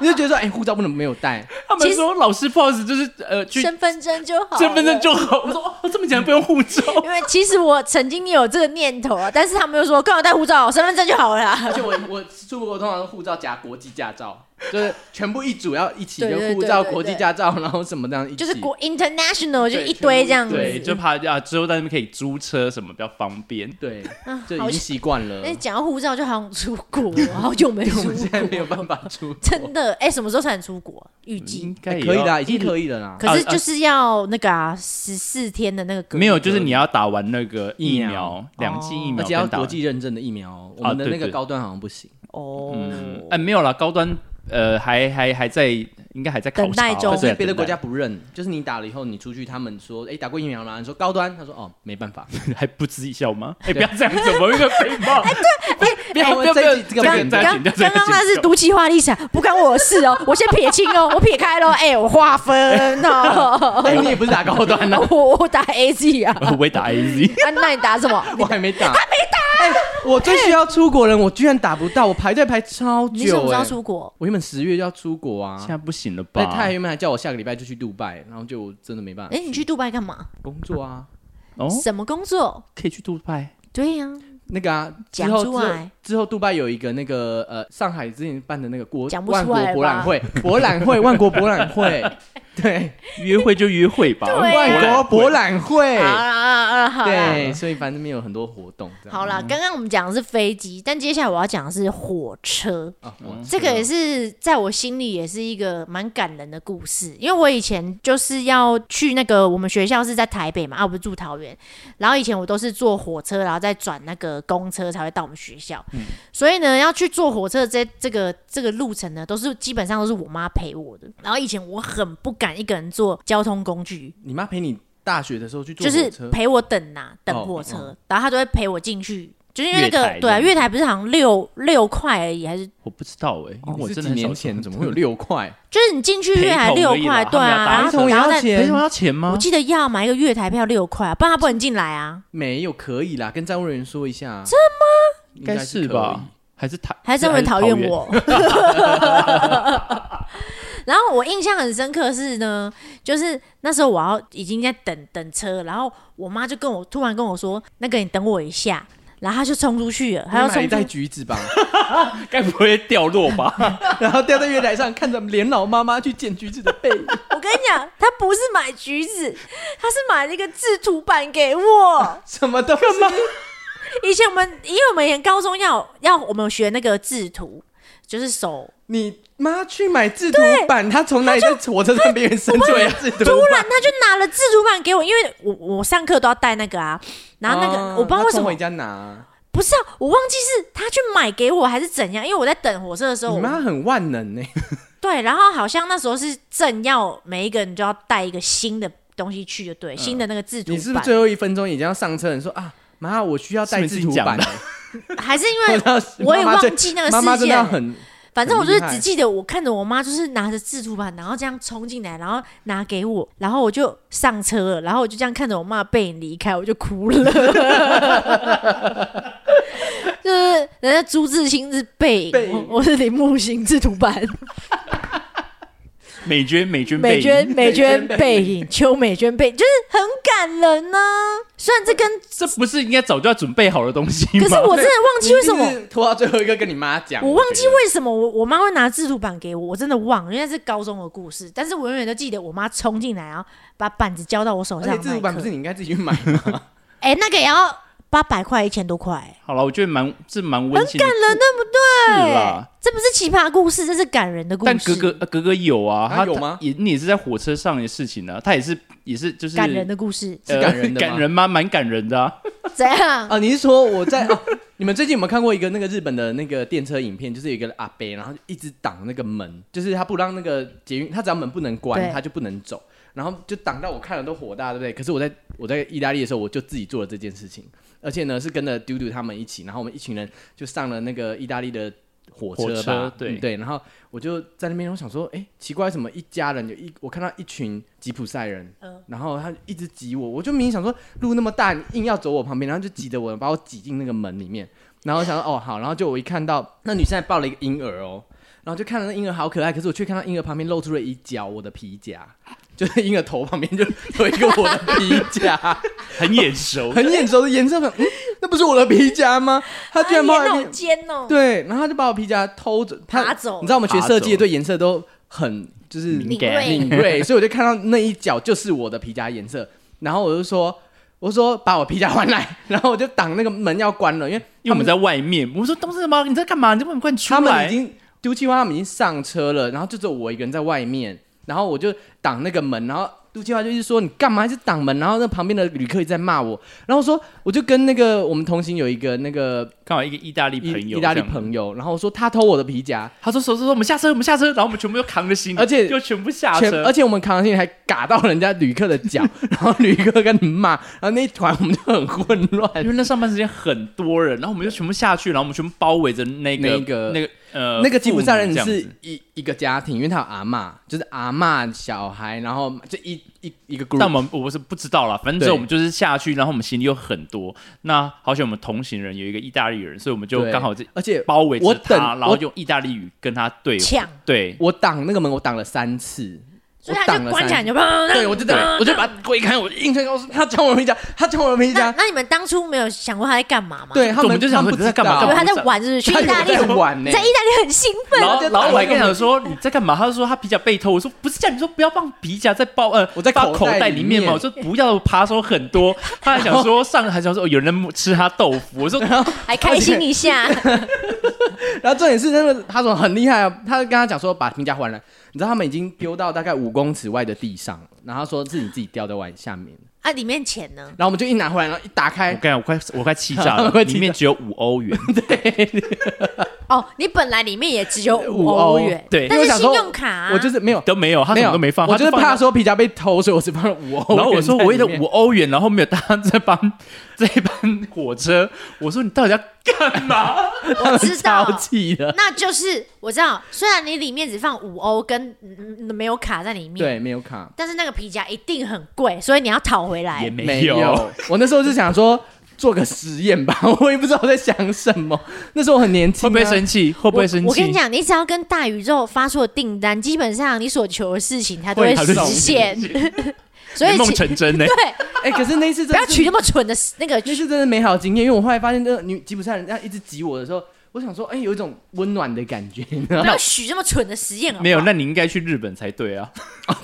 [SPEAKER 3] 你就觉得说，哎、护照不能没有带，
[SPEAKER 5] 他们说老师 pose 就是呃去
[SPEAKER 2] 身份证就好，
[SPEAKER 5] 身份证。就好。我说哦，这么讲不用护 照。
[SPEAKER 2] 因为其实我曾经也有这个念头啊，但是他们又说，干嘛带护照，身份证就好了啊啦。
[SPEAKER 3] 而且我我出国通常护照夹国际驾照，就是全部一组要一起，
[SPEAKER 2] 对
[SPEAKER 3] 就
[SPEAKER 2] 对
[SPEAKER 3] 护
[SPEAKER 2] 对
[SPEAKER 3] 照、
[SPEAKER 2] 对
[SPEAKER 3] 国际
[SPEAKER 2] 对
[SPEAKER 3] 驾照，然后什么这样一起，
[SPEAKER 2] 就是国 international 就
[SPEAKER 3] 对
[SPEAKER 2] 一堆这样子，
[SPEAKER 5] 对，就怕啊，之后在那边可以租车什么比较方便。
[SPEAKER 3] 对，
[SPEAKER 2] 啊
[SPEAKER 3] 就
[SPEAKER 2] 好
[SPEAKER 3] 已经习惯了。
[SPEAKER 2] 那讲到护照，就好想出国，好久没
[SPEAKER 3] 我
[SPEAKER 2] 出
[SPEAKER 3] 们现在没有
[SPEAKER 2] 国，
[SPEAKER 3] 办法出国，
[SPEAKER 2] 真的哎、什么时候才能出国？预
[SPEAKER 5] 应
[SPEAKER 2] 计、
[SPEAKER 5] 该也
[SPEAKER 3] 哎可以
[SPEAKER 5] 要
[SPEAKER 3] 的，已经可以了啦。
[SPEAKER 2] 可是就是要那个啊，十四天的那个隔离
[SPEAKER 5] 啊没有，就是你要打完那个疫
[SPEAKER 3] 疫苗哦
[SPEAKER 5] 苗，两剂疫苗
[SPEAKER 3] 而且
[SPEAKER 5] 跟打
[SPEAKER 3] 要
[SPEAKER 5] 完，
[SPEAKER 3] 国际认证的疫苗哦，我们的
[SPEAKER 5] 啊对
[SPEAKER 3] 那个
[SPEAKER 5] 对
[SPEAKER 3] 高端好像不行。
[SPEAKER 2] 哦，
[SPEAKER 5] 嗯，哎，没有啦，高端呃还还还在，应该还在考
[SPEAKER 2] 等待
[SPEAKER 5] 察啊
[SPEAKER 2] 中
[SPEAKER 5] 对
[SPEAKER 3] 所以
[SPEAKER 5] 等
[SPEAKER 3] 别的
[SPEAKER 5] 待
[SPEAKER 3] 国家不认，就是你打了以后，你出去，他们说，哎、打过疫苗吗？你说高端，他说哦，没办法。
[SPEAKER 5] 还不知一笑吗？哎，不要这样子，我 有一个诽谤。
[SPEAKER 3] 哎
[SPEAKER 2] 哎
[SPEAKER 5] 不要不要不要，
[SPEAKER 3] 这一集这个
[SPEAKER 5] 个
[SPEAKER 3] 不
[SPEAKER 5] 人
[SPEAKER 3] 能
[SPEAKER 5] 再
[SPEAKER 3] 剪
[SPEAKER 2] 刚
[SPEAKER 5] 剪掉，
[SPEAKER 2] 刚刚那是毒气化立场，不关我的事哦，我先撇清哦，我撇开喽，哎、我划分哦，
[SPEAKER 3] 哎、你也不是打高端啊呢、
[SPEAKER 2] 我我打 A Z 啊，
[SPEAKER 5] 呃我不 会打 AZ。
[SPEAKER 2] 啊，那你打什么？
[SPEAKER 3] 我还没打，还
[SPEAKER 2] 啊
[SPEAKER 3] 没打、我最需要出国人，我居然打不到，我排队排超久、
[SPEAKER 2] 你什么时候
[SPEAKER 3] 哎
[SPEAKER 2] 出国？
[SPEAKER 3] 我原本十月就要出国啊
[SPEAKER 5] 现，在不行了吧
[SPEAKER 3] 但？他原本还叫我下个礼拜就去杜拜，然后就我真的没办法
[SPEAKER 2] 哎、你去杜拜干嘛？
[SPEAKER 3] 工作啊，
[SPEAKER 5] 哦，
[SPEAKER 2] 什么工作？
[SPEAKER 5] 可以去杜拜。
[SPEAKER 2] 对呀、
[SPEAKER 3] 那个啊，之
[SPEAKER 2] 讲
[SPEAKER 3] 后之
[SPEAKER 2] 出
[SPEAKER 3] 后
[SPEAKER 2] 来
[SPEAKER 3] 之后，杜拜有一个那个呃，上海之前办的那个国
[SPEAKER 2] 讲不
[SPEAKER 3] 万
[SPEAKER 2] 出
[SPEAKER 3] 国
[SPEAKER 2] 来
[SPEAKER 3] 博览
[SPEAKER 2] 吧
[SPEAKER 3] 会，博览会，万国博 览会，对，
[SPEAKER 5] 约会就约会吧，
[SPEAKER 2] 对啊
[SPEAKER 3] 万国博览
[SPEAKER 5] 哎
[SPEAKER 3] 会，
[SPEAKER 2] 好啦啊啊好啦。
[SPEAKER 3] 对，所以反正没有很多活动这样。
[SPEAKER 2] 好啦，刚刚我们讲的是飞机，但接下来我要讲的是火车。
[SPEAKER 3] 啊，我
[SPEAKER 2] 这个也是在我心里也是一个蛮感人的故事，因为我以前就是要去那个我们学校是在台北嘛，啊，我不是住桃园，然后以前我都是坐火车，然后再转那个公车才会到我们学校，
[SPEAKER 3] 嗯
[SPEAKER 2] 所以呢，要去坐火车这这个这个路程呢，都是基本上都是我妈陪我的，然后以前我很不敢一个人坐交通工具，
[SPEAKER 3] 你妈陪你大学的时候去坐
[SPEAKER 2] 就
[SPEAKER 3] 火
[SPEAKER 2] 是
[SPEAKER 3] 车，
[SPEAKER 2] 陪我等呐、
[SPEAKER 3] 哦
[SPEAKER 2] 等火车，然后他都会陪我进去，就是因为那
[SPEAKER 5] 月
[SPEAKER 2] 个
[SPEAKER 5] 台
[SPEAKER 2] 对啊，
[SPEAKER 5] 这样
[SPEAKER 2] 月台不是好像六六块而已，还是
[SPEAKER 5] 我不知道哎，因为
[SPEAKER 3] 你
[SPEAKER 2] 哦
[SPEAKER 5] 我
[SPEAKER 3] 哦是
[SPEAKER 5] 真
[SPEAKER 3] 几
[SPEAKER 5] 的很少
[SPEAKER 3] 年前
[SPEAKER 5] 坐
[SPEAKER 3] 怎么会有六块？
[SPEAKER 2] 就是你进去月台
[SPEAKER 5] 陪
[SPEAKER 2] 六
[SPEAKER 5] 同而已
[SPEAKER 2] 块，
[SPEAKER 5] 啦
[SPEAKER 2] 对啊，然
[SPEAKER 5] 他
[SPEAKER 2] 后
[SPEAKER 5] 们
[SPEAKER 3] 也
[SPEAKER 2] 然后
[SPEAKER 3] 要
[SPEAKER 2] 再
[SPEAKER 3] 钱
[SPEAKER 5] 陪什么要钱吗
[SPEAKER 2] 我？记得要买一个月台票六块啊，不然他不能进来啊，
[SPEAKER 3] 没有，可以啦，跟站务人员说一下。真吗？应
[SPEAKER 5] 应
[SPEAKER 3] 该
[SPEAKER 5] 该
[SPEAKER 3] 是
[SPEAKER 5] 是
[SPEAKER 3] 可
[SPEAKER 5] 吧
[SPEAKER 3] 以？？
[SPEAKER 5] 还是台
[SPEAKER 2] 还是有人讨
[SPEAKER 5] 厌
[SPEAKER 2] 厌？我。 然后我印象很深刻是呢，就是那时候我要已经在等等车，然后我妈就跟我突然跟我说：“那个你等我一下。”然后她就冲出去了，她
[SPEAKER 3] 还
[SPEAKER 2] 要
[SPEAKER 3] 要买一
[SPEAKER 2] 冲
[SPEAKER 3] 袋
[SPEAKER 2] 出
[SPEAKER 3] 橘子吧，
[SPEAKER 5] 该不会掉落吧？
[SPEAKER 3] 然后吊在月台上，看着连老妈妈去捡橘子的背影。
[SPEAKER 2] 我跟你讲，他不是买橘子，他是买了一个制图板给我。
[SPEAKER 3] 什么东西？
[SPEAKER 2] 以前我们，因为我们以前高中要要我们学那个制图，就是手。
[SPEAKER 3] 你妈去买制图板，她从哪里在火车站边缘生出来的制图
[SPEAKER 2] 突然
[SPEAKER 3] 板？
[SPEAKER 2] 他就拿了制图板给我，因为我我上课都要带那个啊。然后那个、
[SPEAKER 3] 啊
[SPEAKER 2] 我不知道为什
[SPEAKER 3] 她冲
[SPEAKER 2] 么
[SPEAKER 3] 回，家拿。
[SPEAKER 2] 不是啊，我忘记是他去买给我还是怎样，因为我在等火车的时候，
[SPEAKER 3] 你妈很万能欸呢，
[SPEAKER 2] 对，然后好像那时候是正要每一个人就要带一个新的东西去，就对，新的那个制图
[SPEAKER 3] 嗯你是不
[SPEAKER 2] 板
[SPEAKER 3] 是，最后一分钟已经要上车了？你说啊，妈，我需要带制图板了。欸
[SPEAKER 2] 还是因为哎我也
[SPEAKER 3] 妈妈最
[SPEAKER 2] 忘记那个
[SPEAKER 3] 妈妈
[SPEAKER 2] 事
[SPEAKER 3] 真的要
[SPEAKER 2] 件。
[SPEAKER 3] 很
[SPEAKER 2] 反正我就
[SPEAKER 3] 很
[SPEAKER 2] 是
[SPEAKER 3] 厉害
[SPEAKER 2] 只记得我看着我妈，就是拿着制图板，然后这样冲进来，然后拿给我，然后我就上车了，然后我就这样看着我妈背影离开，我就哭了。 就是人家朱自清是背影，
[SPEAKER 3] 背影
[SPEAKER 2] 我我是铃木兴制图板，
[SPEAKER 5] 美娟，美娟，
[SPEAKER 2] 美娟
[SPEAKER 5] 娟，
[SPEAKER 2] 美娟背影，邱美娟背影，就是很感人呢、虽然这跟，
[SPEAKER 5] 这不是应该早就要准备好的东西吗？
[SPEAKER 2] 可是我真的忘记为什么。
[SPEAKER 3] 你一定是拖到最后一个跟你妈讲？
[SPEAKER 2] 我忘记为什么我我妈会拿制图板给我，我真的忘了，因为那是高中的故事。但是我永远都记得我妈冲进来，然后把板子交到我手
[SPEAKER 3] 我
[SPEAKER 2] 上
[SPEAKER 3] 觉
[SPEAKER 2] 那
[SPEAKER 3] 得。而且制
[SPEAKER 2] 一
[SPEAKER 3] 图板不是
[SPEAKER 2] 刻，
[SPEAKER 3] 你应该自己去买吗？
[SPEAKER 2] 哎、那个也要八百块，一千多块、哎
[SPEAKER 5] 好了，我觉得蛮这蛮温馨的，
[SPEAKER 2] 感人，对不对？
[SPEAKER 5] 是啦
[SPEAKER 2] 这不是奇葩故事，这是感人的故事。
[SPEAKER 5] 但格格呃格格有啊，
[SPEAKER 3] 啊
[SPEAKER 5] 他
[SPEAKER 3] 有吗
[SPEAKER 5] 也你也是在火车上的事情呢，他也是也是就是
[SPEAKER 2] 感人的故事
[SPEAKER 5] 呃
[SPEAKER 3] 是感人的吗
[SPEAKER 5] 感人吗？蛮感人的啊，
[SPEAKER 2] 怎样？
[SPEAKER 3] 啊，你是说我在？哦你们最近有没有看过一个那个日本的那个电车影片？就是有一个阿伯，然后一直挡那个门，就是他不让那个捷运，他只要门不能关，
[SPEAKER 2] 对
[SPEAKER 3] 他就不能走，然后就挡到我看了都火大，对不对？可是我在我在意大利的时候，我就自己做了这件事情，而且呢是跟着嘟嘟他们一起，然后我们一群人就上了那个意大利的火
[SPEAKER 5] 火
[SPEAKER 3] 车
[SPEAKER 5] 车
[SPEAKER 3] 吧，
[SPEAKER 5] 对
[SPEAKER 3] 嗯对，然后我就在那边，我想说，哎、奇怪，怎么一家人有一我看到一群吉普赛人，然后他一直挤我，我就明明想说路那么大，你硬要走我旁边，然后就挤得我，把我挤进那个门里面。然后我想说哦好，然后就我一看到那女生还抱了一个婴儿哦，然后就看到那婴儿好可爱，可是我却看到婴儿旁边露出了一角我的皮夹，就是婴儿头旁边就有一个我的皮夹，
[SPEAKER 5] 很眼 熟，
[SPEAKER 3] 很眼熟的颜色粉，嗯，那不是我的皮 夹吗？他居然把我
[SPEAKER 2] 啊
[SPEAKER 3] 的
[SPEAKER 2] 你
[SPEAKER 3] 皮
[SPEAKER 2] 好尖哦，
[SPEAKER 3] 对，然后他就把我皮夹偷走，他
[SPEAKER 2] 拿走
[SPEAKER 3] 你知道我们学
[SPEAKER 5] 拿
[SPEAKER 3] 设计的
[SPEAKER 5] 走
[SPEAKER 3] 对颜色都很就是
[SPEAKER 5] 敏
[SPEAKER 2] 感锐
[SPEAKER 3] 敏 锐，所以我就看到那一角就是我的皮夹颜色，然后我就说。我说把我皮夹还来，然后我就挡那个门要关了，因为
[SPEAKER 5] 因为我们在外面，我说东森吗？你在干嘛？你这么快出
[SPEAKER 3] 他们
[SPEAKER 5] 来
[SPEAKER 3] 已？经丢弃花，他们已经上车了，然后就只有我一个人在外面，然后我就挡那个门，然后丢弃花就是说你干嘛一直挡门？然后那旁边的旅客一直在骂我，然后说我就跟那个我们同行有一个那个
[SPEAKER 5] 刚好一个意大利
[SPEAKER 3] 意
[SPEAKER 5] 朋友，
[SPEAKER 3] 意大利
[SPEAKER 5] 友，
[SPEAKER 3] 朋友，然后我说他偷我的皮夹，
[SPEAKER 5] 他说：“说说说，我们下车，我们下车。”然后我们全部又扛着行李，
[SPEAKER 3] 而且
[SPEAKER 5] 又全部下
[SPEAKER 3] 全
[SPEAKER 5] 车，
[SPEAKER 3] 而且我们扛上去还嘎到人家旅客的脚，然后旅客跟你骂，然后那一团我们就很混 乱。
[SPEAKER 5] 因为那上班时间很多人，然后我们就全部下去，然后我们全部包围着那个
[SPEAKER 3] 那个
[SPEAKER 5] 那个呃
[SPEAKER 3] 那个吉普赛人
[SPEAKER 5] 父母这样
[SPEAKER 3] 是
[SPEAKER 5] 子
[SPEAKER 3] 一一个家庭，因为他有阿嬷，就是阿嬷小孩，然后就一一一个 group，
[SPEAKER 5] 但我们我是不知道啦，反正之后
[SPEAKER 3] 嗯对
[SPEAKER 5] 我们就是下去，然后我们行李有很多。那好险我们同行人有一个意大利人，所以我们就
[SPEAKER 3] 对
[SPEAKER 5] 刚好这
[SPEAKER 3] 而且
[SPEAKER 5] 包围着
[SPEAKER 3] 我等
[SPEAKER 5] 他，然后
[SPEAKER 3] 我
[SPEAKER 5] 用意大利语跟他对话
[SPEAKER 2] 抢，
[SPEAKER 5] 对，
[SPEAKER 3] 我挡那个门，我挡了三次，
[SPEAKER 2] 所以
[SPEAKER 3] 我
[SPEAKER 2] 他
[SPEAKER 3] 挡
[SPEAKER 2] 就
[SPEAKER 3] 了
[SPEAKER 2] 关起来
[SPEAKER 3] 三
[SPEAKER 2] 你
[SPEAKER 3] 次。
[SPEAKER 2] 就嗯砰，
[SPEAKER 3] 对，我就这样，我就把他推开，我硬推开，我说他抢我的皮夹，他抢我的皮
[SPEAKER 2] 那
[SPEAKER 3] 夹。
[SPEAKER 2] 那你们当初没有想过他在干嘛吗？
[SPEAKER 3] 啊对他们
[SPEAKER 5] 我们就
[SPEAKER 3] 他
[SPEAKER 5] 想
[SPEAKER 3] 们
[SPEAKER 5] 说
[SPEAKER 3] 不
[SPEAKER 5] 你
[SPEAKER 3] 知
[SPEAKER 5] 在
[SPEAKER 3] 道
[SPEAKER 5] 干嘛
[SPEAKER 2] 以为他在
[SPEAKER 5] 我们
[SPEAKER 2] 玩，是不是？去
[SPEAKER 3] 他
[SPEAKER 2] 意大利
[SPEAKER 3] 以为在玩呢
[SPEAKER 2] 在意大利很兴奋，
[SPEAKER 5] 然后，
[SPEAKER 3] 就
[SPEAKER 5] 然后我还
[SPEAKER 3] 打开
[SPEAKER 5] 跟他
[SPEAKER 3] 门
[SPEAKER 5] 讲说你在干嘛？他就说他皮夹被偷。我说不是叫你说不要放皮夹在包呃，
[SPEAKER 3] 我在
[SPEAKER 5] 放
[SPEAKER 3] 口
[SPEAKER 5] 口
[SPEAKER 3] 袋
[SPEAKER 5] 袋
[SPEAKER 3] 里
[SPEAKER 5] 里面
[SPEAKER 3] 面
[SPEAKER 5] 嘛。我说不要扒手 很多。他还想说上还想说哦有人吃他豆腐。我说
[SPEAKER 2] 还开心一下，
[SPEAKER 3] 然后重点是那个他说很厉害啊，他就跟他讲说把评价还来，你知道他们已经丢到大概五公尺外的地上了，然后他说是你自己掉在外下面，
[SPEAKER 2] 啊，里面钱呢？
[SPEAKER 3] 然后我们就一拿回来，然后一打
[SPEAKER 5] 我
[SPEAKER 3] 开，
[SPEAKER 5] 跟你讲我快我快气炸
[SPEAKER 3] 我
[SPEAKER 5] 了，
[SPEAKER 3] 快气炸
[SPEAKER 5] 里面只有五欧元。
[SPEAKER 2] 哦，你本来里面也只有五
[SPEAKER 3] 五欧
[SPEAKER 2] 欧元，
[SPEAKER 5] 对
[SPEAKER 2] 但
[SPEAKER 3] 因为
[SPEAKER 2] 是
[SPEAKER 3] 我想
[SPEAKER 2] 信
[SPEAKER 3] 说
[SPEAKER 2] 用卡啊
[SPEAKER 3] 我就是没有
[SPEAKER 5] 都没有，他
[SPEAKER 3] 没
[SPEAKER 5] 什
[SPEAKER 3] 有
[SPEAKER 5] 么都没放，
[SPEAKER 3] 我
[SPEAKER 5] 他
[SPEAKER 3] 就是
[SPEAKER 5] 放
[SPEAKER 3] 怕
[SPEAKER 5] 在。
[SPEAKER 3] 说皮夹被偷，所以我只放了五欧元在里面。
[SPEAKER 5] 然后我说，我为了五欧元，然后没有搭这班 这班火车。我说你到底要干嘛？
[SPEAKER 3] 他们
[SPEAKER 2] 知道
[SPEAKER 3] 超气的，
[SPEAKER 2] 那就是我知道，虽然你里面只放五欧跟嗯没有卡在里面，
[SPEAKER 3] 对，没有卡，
[SPEAKER 2] 但是那个皮夹一定很贵，所以你要讨回来
[SPEAKER 5] 也。
[SPEAKER 3] 没
[SPEAKER 5] 没
[SPEAKER 3] 有。我那时候就想说做个实验吧， 我也不知道我在想什么。那时候我很年轻、
[SPEAKER 5] 会
[SPEAKER 3] 啊，
[SPEAKER 5] 不会生气？会不会生气？
[SPEAKER 2] 我跟你讲，你只要跟大宇宙发出的订单，基本上你所求的事情，它都
[SPEAKER 5] 会
[SPEAKER 2] 实现。 所以
[SPEAKER 5] 梦
[SPEAKER 2] 请
[SPEAKER 5] 成真欸 呢
[SPEAKER 2] 对，，
[SPEAKER 3] 哎、可是那一次真
[SPEAKER 2] 不要
[SPEAKER 3] 的
[SPEAKER 2] 取那
[SPEAKER 3] 是
[SPEAKER 2] 么蠢的那个
[SPEAKER 3] 那次真的美好经验，因为我后来发现那个女吉普赛人这样一直挤我的时候，我想说，哎、有一种温暖的感觉，你知道
[SPEAKER 2] 不
[SPEAKER 3] 吗？
[SPEAKER 2] 要许这么蠢的实验好不好哦
[SPEAKER 5] 没有，那你应该去日本才对啊。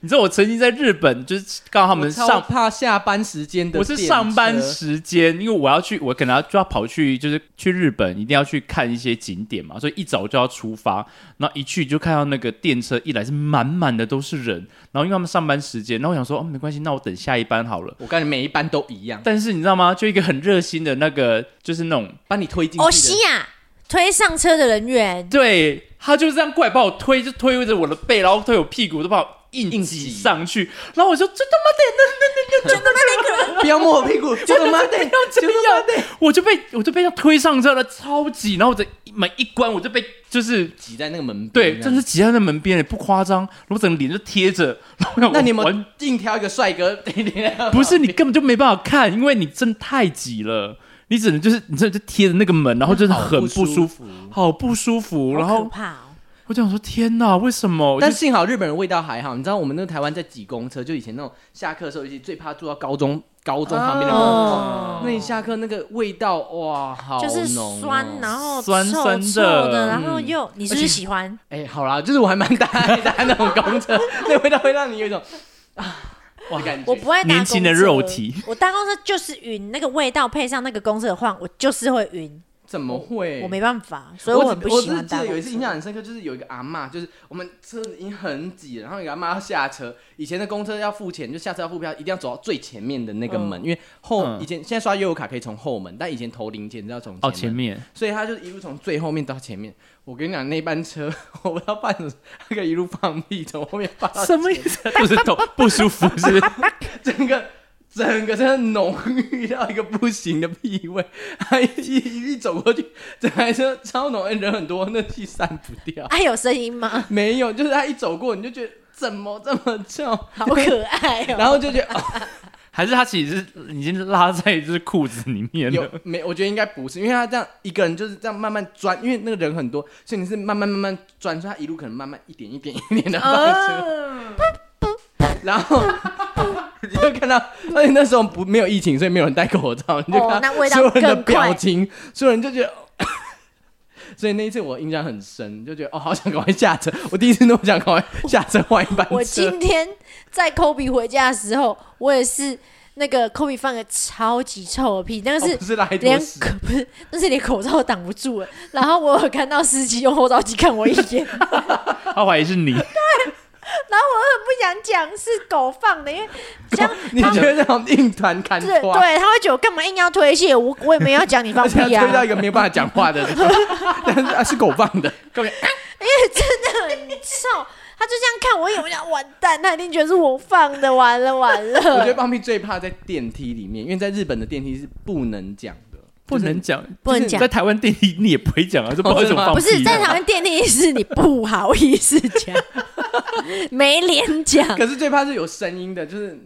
[SPEAKER 5] 你知道我曾经在日本，就是刚好他们
[SPEAKER 3] 我超
[SPEAKER 5] 上，
[SPEAKER 3] 怕下班时间的
[SPEAKER 5] 我
[SPEAKER 3] 电车，
[SPEAKER 5] 是上班时间，因为我要去，我可能要就要跑去，就是去日本，一定要去看一些景点嘛，所以一早就要出发。然后一去就看到那个电车，一来是满满的都是人，然后因为他们上班时间，然后我想说，哦，没关系，那我等下一班好了。
[SPEAKER 3] 我感觉每一班都一样，
[SPEAKER 5] 但是你知道吗？就一个很热心的那个，就是那种
[SPEAKER 3] 把你推进去的。
[SPEAKER 2] 哦，西亚推上车的人员，
[SPEAKER 5] 对他就这样过来把我推，就推着我的背，然后推我屁股，都把我硬
[SPEAKER 3] 硬
[SPEAKER 5] 挤
[SPEAKER 3] 挤
[SPEAKER 5] 上去。然后我说：“这他妈的，那那那那真的
[SPEAKER 3] 不要摸我屁股， 就他妈的，就他妈的，
[SPEAKER 5] 我就被我就被他推上车了，超挤。然后我这门一关，我就被就是
[SPEAKER 3] 挤在那个门边。啊
[SPEAKER 5] 对，真是。挤在那门边，不夸张。我整个脸就贴着。 然后
[SPEAKER 3] 那你们
[SPEAKER 5] 完
[SPEAKER 3] 硬挑一个帅哥？ 对对对
[SPEAKER 5] 不是你根本就没办法看，因为你真的太挤了。你只能就是你真的就贴着那个门，然后真的很不舒服，好不舒服。然
[SPEAKER 2] 好可
[SPEAKER 5] 后
[SPEAKER 2] 怕哦！
[SPEAKER 5] 我就想说，天哪，为什么？
[SPEAKER 3] 但幸好日本人味道还好，你知道我们那个台湾在挤公车，就以前那种下课的时候，尤其最怕坐到高中高中旁边的公车，
[SPEAKER 2] 哦
[SPEAKER 3] 那一下课那个味道哇，好浓、
[SPEAKER 2] 就
[SPEAKER 3] 哦，
[SPEAKER 2] 是酸，然后
[SPEAKER 5] 酸
[SPEAKER 2] 臭
[SPEAKER 5] 酸的
[SPEAKER 2] 臭的，然后
[SPEAKER 5] 嗯
[SPEAKER 2] 又你是不是喜欢？
[SPEAKER 3] 哎、好啦，就是我还蛮大爱搭那种公车， 那味道会让你有一种啊，的感觉
[SPEAKER 2] 我不会搭
[SPEAKER 5] 年轻的
[SPEAKER 2] 公车
[SPEAKER 5] 肉体，
[SPEAKER 2] 我搭公车就是晕，那个味道配上那个公车的晃，我就是会晕，
[SPEAKER 3] 怎么会？
[SPEAKER 2] 我没办法，所以我
[SPEAKER 3] 我只
[SPEAKER 2] 很不
[SPEAKER 3] 我
[SPEAKER 2] 喜
[SPEAKER 3] 只是
[SPEAKER 2] 欢
[SPEAKER 3] 记
[SPEAKER 2] 搭
[SPEAKER 3] 得
[SPEAKER 2] 公车。
[SPEAKER 3] 有一次印象 很深刻，就是有一个阿嬷，就是我们车子已经很挤了，然后有一个阿嬷要下车。以前的公车要付钱，就下车要付票，一定要走到最前面的那个门，因为后、
[SPEAKER 5] 嗯
[SPEAKER 3] 以前现在刷悠游卡可以从后门，但以前投零钱是要从
[SPEAKER 5] 哦，
[SPEAKER 3] 前
[SPEAKER 5] 前
[SPEAKER 3] 门，
[SPEAKER 5] 面
[SPEAKER 3] 所以他就一路从最后面到前面。我跟你讲，那班车 我不知道办什么，他可以一路放屁从后面放到前面
[SPEAKER 5] 么意思？ 肚子痛不舒服是不是？
[SPEAKER 3] 整个整个真的浓郁到一个不行的屁味，还一一一走过去，整台车超浓，哎人很多，那气散不掉。
[SPEAKER 2] 哎，有声音吗？
[SPEAKER 3] 没 有，就是他一走过，你就觉得怎么这么臭，
[SPEAKER 2] 好可爱哦！
[SPEAKER 3] 然后就觉得、哦、
[SPEAKER 5] 还是他其实是已经拉在就是裤子里面
[SPEAKER 3] 有
[SPEAKER 5] 了？
[SPEAKER 3] 没？我觉得应该不是，因为他这样一个人就是这样慢慢钻，因为那个人很多，所以你是慢慢慢慢钻，所以他一路可能慢慢一点一点一 点的放出来， 然后你就看到，而且那时候不没有疫情，所以没有人戴口罩，你就看
[SPEAKER 4] 哦那
[SPEAKER 3] 到
[SPEAKER 4] 味道
[SPEAKER 3] 所有人的
[SPEAKER 4] 更快
[SPEAKER 3] 表情，所有人就觉得。 所以那一次我印象很深，就觉得哦，好想赶快下车。我第一次那么想赶快下车换一班
[SPEAKER 2] 我
[SPEAKER 3] 车
[SPEAKER 2] 今，天在 Kobe 回家的时候，我也是那个 Kobe 放个超级臭的屁，但
[SPEAKER 3] 哦
[SPEAKER 2] 是
[SPEAKER 3] 不是拉一坨
[SPEAKER 2] 连
[SPEAKER 3] 屎
[SPEAKER 2] 口不是，但是连口罩都挡不住了。然后我有看到司机用后照镜看我一眼，然后我
[SPEAKER 5] 他怀疑是 你，
[SPEAKER 2] 很不想讲是狗放的，因为像
[SPEAKER 3] 你
[SPEAKER 2] 他
[SPEAKER 3] 觉得那种硬团砍
[SPEAKER 2] 对
[SPEAKER 3] 花，
[SPEAKER 2] 对，他会觉得我干嘛硬要推卸，我我也没有要讲你放
[SPEAKER 3] 而且他
[SPEAKER 2] 屁
[SPEAKER 3] 推
[SPEAKER 2] 啊
[SPEAKER 3] 到，一个没有办法讲 话的地方，但是啊是狗放的，
[SPEAKER 2] 真的很臭。他就这样看我一眼，我想完蛋，他一定觉得是我放的，完了完了。
[SPEAKER 3] 我觉得放屁最怕在电梯里面，因为在日本的电梯是不能讲的，
[SPEAKER 5] 不能讲，
[SPEAKER 2] 不能讲
[SPEAKER 5] 在台湾电梯你也不会讲啊，这不知道怎么放
[SPEAKER 2] 不
[SPEAKER 5] 屁的
[SPEAKER 2] 是在台湾电梯是你不好意思讲，没脸讲，
[SPEAKER 3] 可是最怕是有声音的，就是，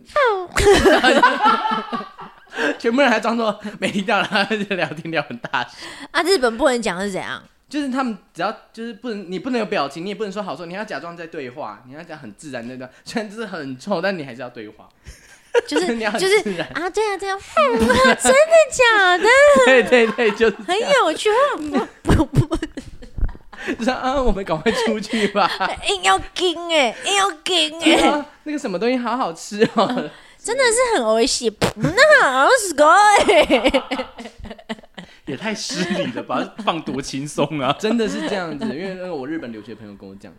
[SPEAKER 3] 全部人还装作没听到，然后就聊天聊很大声，
[SPEAKER 2] 啊，日本不能讲是怎样？
[SPEAKER 3] 就是他们只要就是不能，你不能有表情，你也不能说好说，你要假装在对话，你要讲很自然那段，虽然就是很臭，但你还是要 对话，
[SPEAKER 2] 就是
[SPEAKER 3] 你要很
[SPEAKER 2] 就
[SPEAKER 3] 自
[SPEAKER 2] 是
[SPEAKER 3] 然
[SPEAKER 2] 啊，对啊，对啊，嗯真的假的？
[SPEAKER 3] 对对对，就是
[SPEAKER 2] 很有趣，不不不，
[SPEAKER 3] 就是啊，我们赶快出去 吧，
[SPEAKER 2] 硬要跟哎，硬要跟
[SPEAKER 3] 对
[SPEAKER 2] 哎，
[SPEAKER 3] 啊那个什么东西好好吃 哦，
[SPEAKER 2] 真的是很危险，那好像是个哎，
[SPEAKER 5] 也太失礼了吧？放多轻松啊！
[SPEAKER 3] 真的是这样子，因为那个我日本留学朋友跟我讲，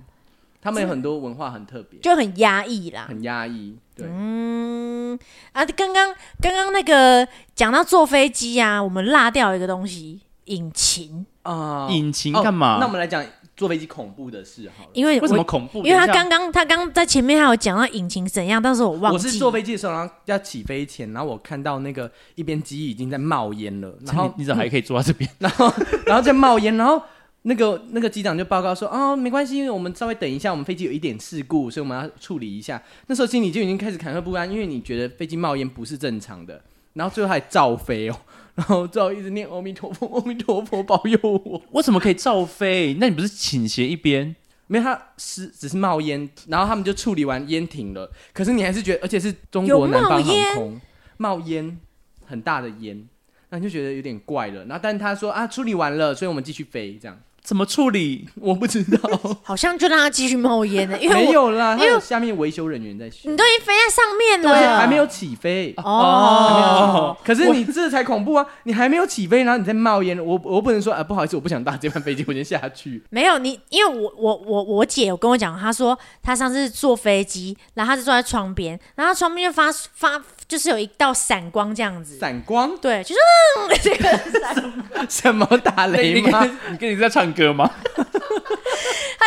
[SPEAKER 3] 他们有很多文化很特别，
[SPEAKER 2] 就很压抑啦。
[SPEAKER 3] 很压抑，对。
[SPEAKER 2] 嗯啊，刚刚刚刚那个讲到坐飞机啊，我们落掉一个东西，引擎，
[SPEAKER 3] 啊
[SPEAKER 5] 引擎干嘛
[SPEAKER 3] 哦那我们来讲坐飞机恐怖的事好了。
[SPEAKER 2] 因为
[SPEAKER 5] 为什么
[SPEAKER 2] 我
[SPEAKER 5] 恐怖？
[SPEAKER 2] 因为他
[SPEAKER 5] 等一下
[SPEAKER 2] 刚刚他刚在前面还有讲到引擎怎样，但是我忘
[SPEAKER 3] 我
[SPEAKER 2] 记。
[SPEAKER 3] 是坐飞机的时候，然后要起飞前，然后我看到那个一边机翼已经在冒烟了，然后
[SPEAKER 5] 你你怎么还可以坐到这边？
[SPEAKER 3] 然后然后在冒烟，然后那个那个机长就报告说，哦，没关系，因为我们稍微等一下，我们飞机有一点事故，所以我们要处理一下。那时候心里就已经开始忐忑不安，因为你觉得飞机冒烟不是正常的，然后最后还照飞哦，然后最后一直念阿弥陀佛，阿弥陀佛保佑我。
[SPEAKER 5] 我怎么可以照飞？那你不是倾斜一边？
[SPEAKER 3] 没有，它是只是冒烟，然后他们就处理完烟停了。可是你还是觉得，而且是中
[SPEAKER 2] 有
[SPEAKER 3] 国南
[SPEAKER 2] 冒
[SPEAKER 3] 方
[SPEAKER 2] 烟
[SPEAKER 3] 航空冒烟，很大的烟，那你就觉得有点怪了。然后，但是他说啊，处理完了，所以我们继续飞，这样
[SPEAKER 5] 怎么处理？
[SPEAKER 3] 我不知道，
[SPEAKER 2] 好像就让他继续冒烟 呢，因为
[SPEAKER 3] 没
[SPEAKER 2] 我
[SPEAKER 3] 有啦，
[SPEAKER 2] 因
[SPEAKER 3] 他
[SPEAKER 2] 为
[SPEAKER 3] 有下面维修人员在修
[SPEAKER 2] 你，都已哦经飞在上面
[SPEAKER 3] 而且
[SPEAKER 2] 了，
[SPEAKER 3] 还没有哦起飞。
[SPEAKER 2] 哦。
[SPEAKER 3] 可是你这才恐怖啊！你还没有起飞，然后你在冒烟，我我不能说啊、不好意思，我不想搭这班飞机，我先下 去。
[SPEAKER 2] 没有你，因为我我我我姐有跟我讲，她说她上次坐飞机，然后她就坐在窗边，然后她窗边就发发就是有一道闪光这样子，
[SPEAKER 3] 散光
[SPEAKER 2] 对，就是嗯这个闪，
[SPEAKER 3] 什么打 雷
[SPEAKER 5] 你
[SPEAKER 3] 吗？
[SPEAKER 5] 跟你跟你在唱歌吗？
[SPEAKER 2] 她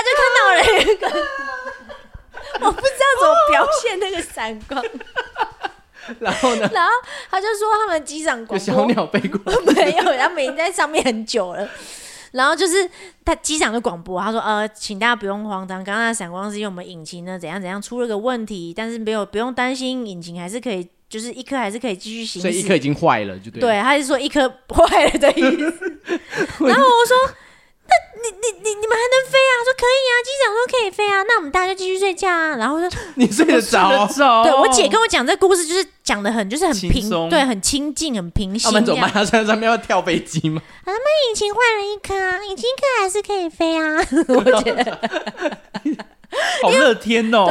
[SPEAKER 2] 就看到了 一个，我不知道怎么表现那个闪光，
[SPEAKER 3] 然后 呢，
[SPEAKER 2] 然后她就说他们机长
[SPEAKER 3] 有
[SPEAKER 2] 广
[SPEAKER 3] 小
[SPEAKER 2] 播
[SPEAKER 3] 鸟飞过来，
[SPEAKER 2] 没有，他们已经在上面很久了。然后就是他机长的广播，他说：“呃，请大家不用慌张，刚刚的闪光是因为我们引擎呢怎样怎样出了个问题，但是没有不用担心，引擎还是可以，就是一颗还是可以继续行驶。
[SPEAKER 3] 所以一颗已经坏了，就对了。
[SPEAKER 2] 对，啊他是说一颗坏了的意思。 然后我说：“那你你你你们还能飞啊？”他说：“可以啊，机长说可以飞啊，那我们大家就继续睡觉啊。”然后我说：“
[SPEAKER 3] 你睡得着哦、
[SPEAKER 5] 照
[SPEAKER 2] 对我姐跟我讲这故事，就是讲的很就是很
[SPEAKER 5] 轻
[SPEAKER 2] 平，
[SPEAKER 5] 松
[SPEAKER 2] 对，很亲近，很平
[SPEAKER 3] 他
[SPEAKER 2] 心。”
[SPEAKER 3] 们怎么办？他在上面要跳飞机吗？
[SPEAKER 2] 引擎坏了一颗啊，引擎一颗还是可以飞啊。 我觉得，
[SPEAKER 5] 好乐天哦，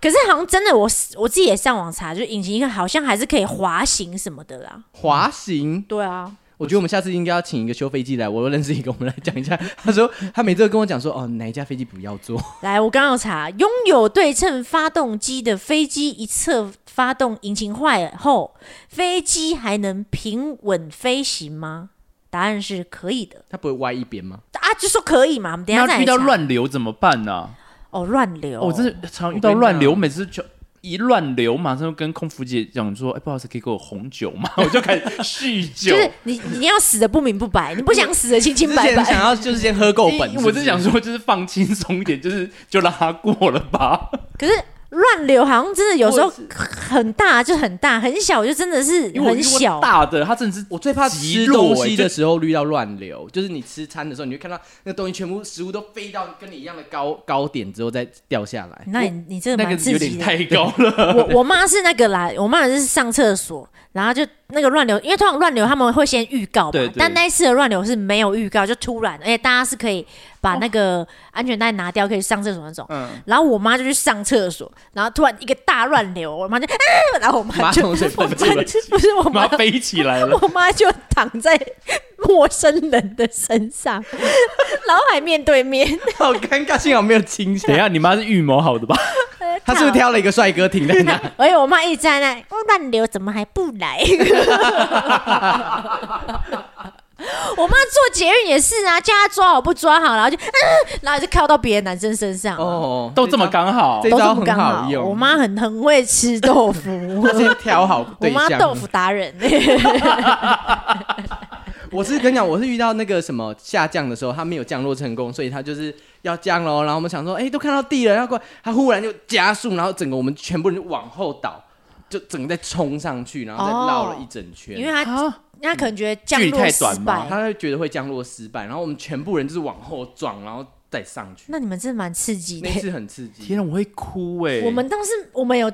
[SPEAKER 2] 可是好像真的我，我自己也上网查，就是引擎一颗好像还是可以滑行什么的啦。
[SPEAKER 3] 滑行，
[SPEAKER 2] 对啊，
[SPEAKER 3] 我觉得我们下次应该要请一个修飞机来。我认识一个，我们来讲一下。他说他每次都跟我讲说，哦，哪一架飞机不要坐？
[SPEAKER 2] 来，我刚刚有查，拥有对称发动机的飞机一侧发动引擎坏了后，飞机还能平稳飞行吗？答案是可以的
[SPEAKER 3] 他不会歪一边吗？
[SPEAKER 2] 啊，就说可以嘛。我们等一下再
[SPEAKER 5] 那
[SPEAKER 2] 来
[SPEAKER 5] 遇到
[SPEAKER 2] 查
[SPEAKER 5] 乱流怎么办呢？
[SPEAKER 2] 哦乱流，
[SPEAKER 5] 我真的常遇到乱流，每次就。一乱流，马上就跟空服姐讲说：“哎、不好意思，可以给我红酒吗？” 我就开始酗酒哦
[SPEAKER 2] 就。是你你要死的不明不白，你不想死的清清
[SPEAKER 3] 之
[SPEAKER 2] 白
[SPEAKER 3] 前
[SPEAKER 2] 白
[SPEAKER 3] 想。要就是先喝够本
[SPEAKER 5] 因为我是想
[SPEAKER 3] 说，
[SPEAKER 5] 说，就是放轻松一点，就是就让它过了吧。
[SPEAKER 2] 可是乱流好像真的有时候
[SPEAKER 5] 或者
[SPEAKER 2] 很大就很大，很小就真的是
[SPEAKER 5] 因为我遇
[SPEAKER 2] 很
[SPEAKER 5] 过
[SPEAKER 2] 小。
[SPEAKER 5] 大的，它真的是
[SPEAKER 3] 我最怕
[SPEAKER 5] 极
[SPEAKER 3] 吃
[SPEAKER 5] 弱
[SPEAKER 3] 东西
[SPEAKER 5] 欸
[SPEAKER 3] 的
[SPEAKER 5] 就
[SPEAKER 3] 时候遇到乱流，就是你吃餐的时候，你会看到那东西全部食物都飞到跟你一样的高高点之后再掉下来。
[SPEAKER 2] 那你你这个
[SPEAKER 5] 那个
[SPEAKER 2] 蛮刺
[SPEAKER 5] 有
[SPEAKER 2] 激
[SPEAKER 5] 点
[SPEAKER 2] 的。
[SPEAKER 5] 太高了，
[SPEAKER 2] 我我妈是那个啦，我妈是上厕所，然后就那个乱流，因为通常乱流他们会先预告嘛，
[SPEAKER 5] 对对
[SPEAKER 2] 但那一次的乱流是没有预告，就突然，而且大家是可以把那个安全带拿掉，可以上厕所那种。
[SPEAKER 5] 嗯，
[SPEAKER 2] 然后我妈就去上厕所，然后突然一个大乱流，我妈就，啊、然后我妈
[SPEAKER 3] 马
[SPEAKER 2] 就，
[SPEAKER 3] 桶水
[SPEAKER 2] 我
[SPEAKER 3] 喷
[SPEAKER 2] 妈
[SPEAKER 3] 出来，
[SPEAKER 2] 就不是我 妈
[SPEAKER 5] 把它飞起来了。
[SPEAKER 2] 我妈就躺在 陌生人的身上，然后还面对面，
[SPEAKER 3] 好尴尬，幸好没有清醒
[SPEAKER 5] 等一。下，你妈是预谋好的吧？
[SPEAKER 3] 他是不是挑了一个帅哥停在那？
[SPEAKER 2] 而哎且我妈一直在那哦乱流，怎么还不来？ 我妈做捷运也是啊，叫她抓好不抓好，然后就，嗯、然后就靠到别的男生身上，啊
[SPEAKER 3] 哦，
[SPEAKER 5] 都这么刚好
[SPEAKER 3] 这，
[SPEAKER 2] 都
[SPEAKER 3] 招
[SPEAKER 2] 这
[SPEAKER 3] 很
[SPEAKER 2] 么刚
[SPEAKER 3] 好用
[SPEAKER 2] 我妈很很会吃豆腐，
[SPEAKER 3] 他先挑好
[SPEAKER 2] 我
[SPEAKER 3] 对
[SPEAKER 2] 妈
[SPEAKER 3] 象。
[SPEAKER 2] 豆腐达人。
[SPEAKER 3] 我是跟你讲，我是遇到那个什么下降的时候，他没有降落成功，所以他就是要降喽。然后我们想说，哎、都看到地了，要过来，他忽然就加速，然后整个我们全部人就往后倒，就整个再冲上去，然后再绕了一整圈。
[SPEAKER 2] 因为她她可能觉得降
[SPEAKER 5] 距离
[SPEAKER 2] 落
[SPEAKER 5] 太
[SPEAKER 2] 失
[SPEAKER 5] 短吗
[SPEAKER 2] 败，
[SPEAKER 3] 他会觉得会降落失败，然后我们全部人就是往后撞，然后再上去。
[SPEAKER 2] 那你们真的蛮刺激的
[SPEAKER 3] 那。次很刺激，
[SPEAKER 5] 天啊，我会哭哎！
[SPEAKER 2] 我们当时我们有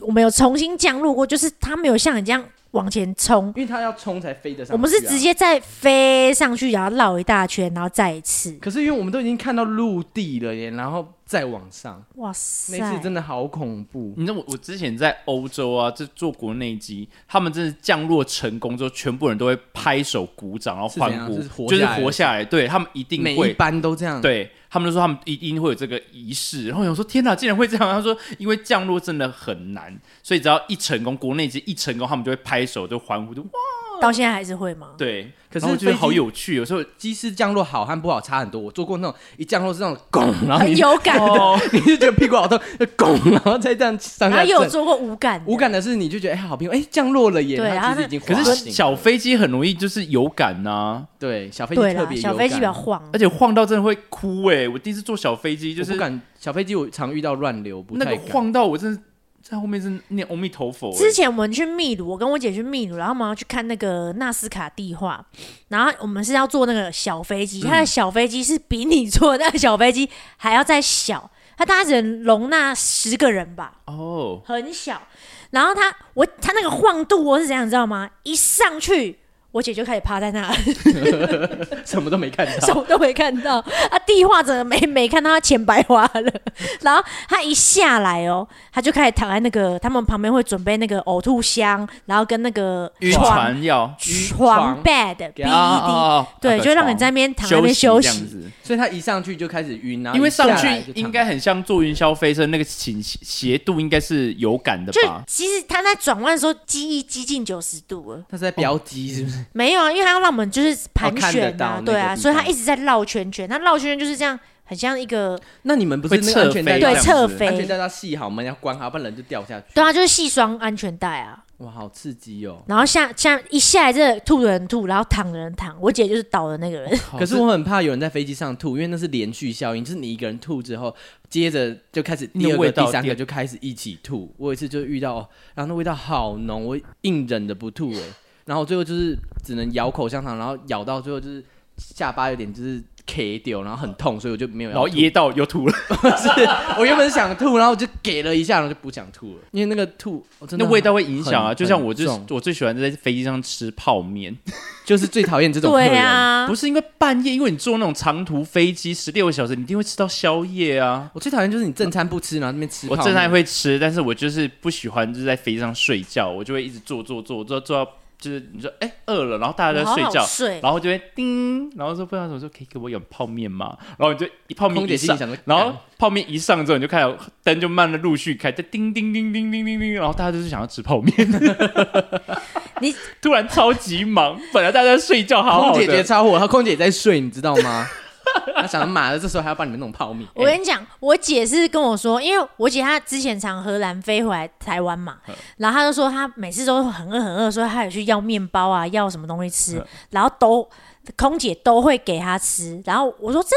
[SPEAKER 2] 我们有重新降落过，就是他没有像你这样往前冲，
[SPEAKER 3] 因为他要冲才飞得上去、啊。
[SPEAKER 2] 我们是直，接再飞上去，然后绕一大圈，然后再一次。
[SPEAKER 3] 可是因为我们都已经看到陆地了耶，然后再往上，
[SPEAKER 2] 哇塞！
[SPEAKER 3] 那次真的好恐怖。
[SPEAKER 5] 你知道我我之前在欧洲啊，就做国内机，他们真的降落成功之后，全部人都会拍手鼓掌，然后
[SPEAKER 3] 是怎样
[SPEAKER 5] 欢呼
[SPEAKER 3] 是，活
[SPEAKER 5] 就是
[SPEAKER 3] 下来
[SPEAKER 5] 活下来。对他们一定
[SPEAKER 3] 嗯每
[SPEAKER 5] 会
[SPEAKER 3] 一班都这样，，
[SPEAKER 5] 对他们就说他们一定会有这个仪式，然后我想说天哪，竟然会这样！他说因为降落真的很难，所以只要一成功，国内只一成功，他们就会拍手就欢呼，就哇！
[SPEAKER 2] 到现在还是会吗？
[SPEAKER 5] 对，
[SPEAKER 3] 可是
[SPEAKER 5] 然后我觉
[SPEAKER 3] 飞
[SPEAKER 5] 得
[SPEAKER 3] 机
[SPEAKER 5] 好有趣，有时候
[SPEAKER 3] 机师降落好和不好差很多。我做过那种一降落是那种拱，然后
[SPEAKER 2] 很
[SPEAKER 3] 你
[SPEAKER 2] 哎有感，
[SPEAKER 5] 哦，
[SPEAKER 3] 你就觉得屁股好痛，就拱，然后再这样上
[SPEAKER 2] 然后
[SPEAKER 3] 下
[SPEAKER 2] 也有
[SPEAKER 3] 震。
[SPEAKER 2] 做过无感的，
[SPEAKER 3] 无感的是，你就觉得哎、好平稳，哎、降落了耶，
[SPEAKER 2] 对
[SPEAKER 3] 它其
[SPEAKER 2] 然后
[SPEAKER 3] 实已经滑
[SPEAKER 5] 可
[SPEAKER 3] 行了。
[SPEAKER 5] 是小飞机很容易就是有感呐、
[SPEAKER 3] 对小飞机
[SPEAKER 2] 对
[SPEAKER 3] 特
[SPEAKER 2] 啦，
[SPEAKER 3] 别有
[SPEAKER 2] 小飞机
[SPEAKER 3] 感
[SPEAKER 2] 比较晃
[SPEAKER 5] 而，且晃到真的会哭哎、我第一次坐小飞机就
[SPEAKER 3] 我
[SPEAKER 5] 是
[SPEAKER 3] 不敢小飞机，我常遇到乱流，不
[SPEAKER 5] 那
[SPEAKER 3] 太
[SPEAKER 5] 个
[SPEAKER 3] 敢。
[SPEAKER 5] 晃到我真的在后面是念阿弥陀佛、欸，
[SPEAKER 2] 之前我们去秘鲁，我跟我姐去秘鲁，然后我们要去看那个纳斯卡地画，然后我们是要坐那个小飞
[SPEAKER 3] 嗯
[SPEAKER 2] 机，它的小飞机是比你坐的那个小飞机还要再小，它大概只能容纳十个人吧，
[SPEAKER 5] 哦，
[SPEAKER 2] 很小。然后它我它那个晃度哦我是怎样，你知道吗？一上去。我姐就开始趴在那，
[SPEAKER 3] 什么都没看
[SPEAKER 2] 什
[SPEAKER 3] 到，
[SPEAKER 2] 么都没看到。啊，地画整个没没看到，她钱白花了。 然后她一下来哦，她就开始躺在那个他们旁边会准备那个呕吐箱，然后跟那个
[SPEAKER 5] 晕
[SPEAKER 2] 床
[SPEAKER 5] 船药
[SPEAKER 2] 床
[SPEAKER 3] 床
[SPEAKER 2] bed
[SPEAKER 3] 给
[SPEAKER 2] B
[SPEAKER 5] 啊
[SPEAKER 2] E
[SPEAKER 3] 它
[SPEAKER 2] D，对，就让你在那边躺在那边休
[SPEAKER 5] 这样
[SPEAKER 2] 息。
[SPEAKER 5] 子。
[SPEAKER 3] 所以他一上去就开始晕，然后
[SPEAKER 5] 因为上
[SPEAKER 3] 一下来
[SPEAKER 5] 去
[SPEAKER 3] 就躺
[SPEAKER 5] 应该很像坐云霄飞车，那个倾斜度应该是有感的
[SPEAKER 2] 就
[SPEAKER 5] 吧？
[SPEAKER 2] 其实他在转弯的时候，机翼激进九十度了，
[SPEAKER 3] 他是在标机是不是？
[SPEAKER 2] 没有啊，因为他要让我们就是盘
[SPEAKER 3] 哦看得
[SPEAKER 2] 旋
[SPEAKER 3] 到那
[SPEAKER 2] 啊，
[SPEAKER 3] 个
[SPEAKER 2] 对啊，
[SPEAKER 3] 地
[SPEAKER 2] 所以他
[SPEAKER 3] 方
[SPEAKER 2] 一直在绕圈圈，他绕圈圈就是这样，很像一个
[SPEAKER 3] 那你们不是那个
[SPEAKER 5] 会侧
[SPEAKER 3] 安全带
[SPEAKER 5] 飞
[SPEAKER 2] 对
[SPEAKER 5] 这样子
[SPEAKER 2] 侧
[SPEAKER 3] 安全
[SPEAKER 2] 飞，
[SPEAKER 3] 带要系好，门要关好，不然人就掉下去。
[SPEAKER 2] 对啊，就是系双安全带啊，
[SPEAKER 3] 哇，好刺激哦！
[SPEAKER 2] 然后下下一下来，这吐的人吐，然后躺的人躺，我姐就是倒的那个人，
[SPEAKER 5] 好
[SPEAKER 3] 可是我很怕有人在飞机上吐，因为那是连续效应，就是你一个人吐之后，接着就开始第
[SPEAKER 5] 那
[SPEAKER 3] 二
[SPEAKER 5] 味
[SPEAKER 3] 个、
[SPEAKER 5] 道
[SPEAKER 3] 第三个
[SPEAKER 5] 变
[SPEAKER 3] 就开始一起吐。我有一次就遇到，哦然后那味道好浓，我硬忍着不吐哎、然后最后就是只能咬口香糖，然后咬到最后就是下巴有点就是 K 掉，然后很痛，所以我就没有
[SPEAKER 5] 然
[SPEAKER 3] 要
[SPEAKER 5] 后
[SPEAKER 3] 吐。
[SPEAKER 5] 噎到又吐了，
[SPEAKER 3] 是我原本想吐，然后我就给了一下，然后就不想吐了，因为那个吐、哦、真的
[SPEAKER 5] 那味道会影响啊。
[SPEAKER 3] 很
[SPEAKER 5] 就像我最
[SPEAKER 3] 很重
[SPEAKER 5] 我最喜欢在飞机上吃泡面，
[SPEAKER 3] 就是最讨厌这种客人。
[SPEAKER 2] 对啊
[SPEAKER 5] 不，是因为半夜，因为你坐那种长途飞机十六个小时，你一定会吃到宵夜啊。
[SPEAKER 3] 我最讨厌就是你正餐不吃，然后那边吃泡
[SPEAKER 5] 我
[SPEAKER 3] 面。
[SPEAKER 5] 正常会吃，但是我就是不喜欢就是在飞机上睡觉，我就会一直坐坐坐坐坐到就是你说哎、饿了，然后大家都在
[SPEAKER 2] 好
[SPEAKER 5] 睡觉
[SPEAKER 2] 好，睡，
[SPEAKER 5] 然后就会叮，然后说不知道怎么说，可以给我一碗泡面吗？然后你就一泡面
[SPEAKER 3] 空
[SPEAKER 5] 一
[SPEAKER 3] 姐心
[SPEAKER 5] 上
[SPEAKER 3] 里，想说，
[SPEAKER 2] 嗯
[SPEAKER 5] 然后泡面一上之后，你就开始灯就慢的陆续开，就叮叮叮叮叮叮叮，然后大家就是想要吃泡面。
[SPEAKER 2] 你
[SPEAKER 5] 突然超级忙，本来大家睡觉好
[SPEAKER 3] 空
[SPEAKER 5] 好
[SPEAKER 3] 姐觉得
[SPEAKER 5] 的，
[SPEAKER 3] 超火，她空姐也在睡，你知道吗？ 她想妈的，这时候还要帮你们弄泡面。哎
[SPEAKER 2] 我跟你讲，我姐是跟我说，因为我姐她之前常荷兰飞回来台湾嘛，然后她就说她每次都很饿很饿，所以她也去要面包啊，要什么东西吃
[SPEAKER 5] 嗯，
[SPEAKER 2] 然后都空姐都会给他吃。然后我说真的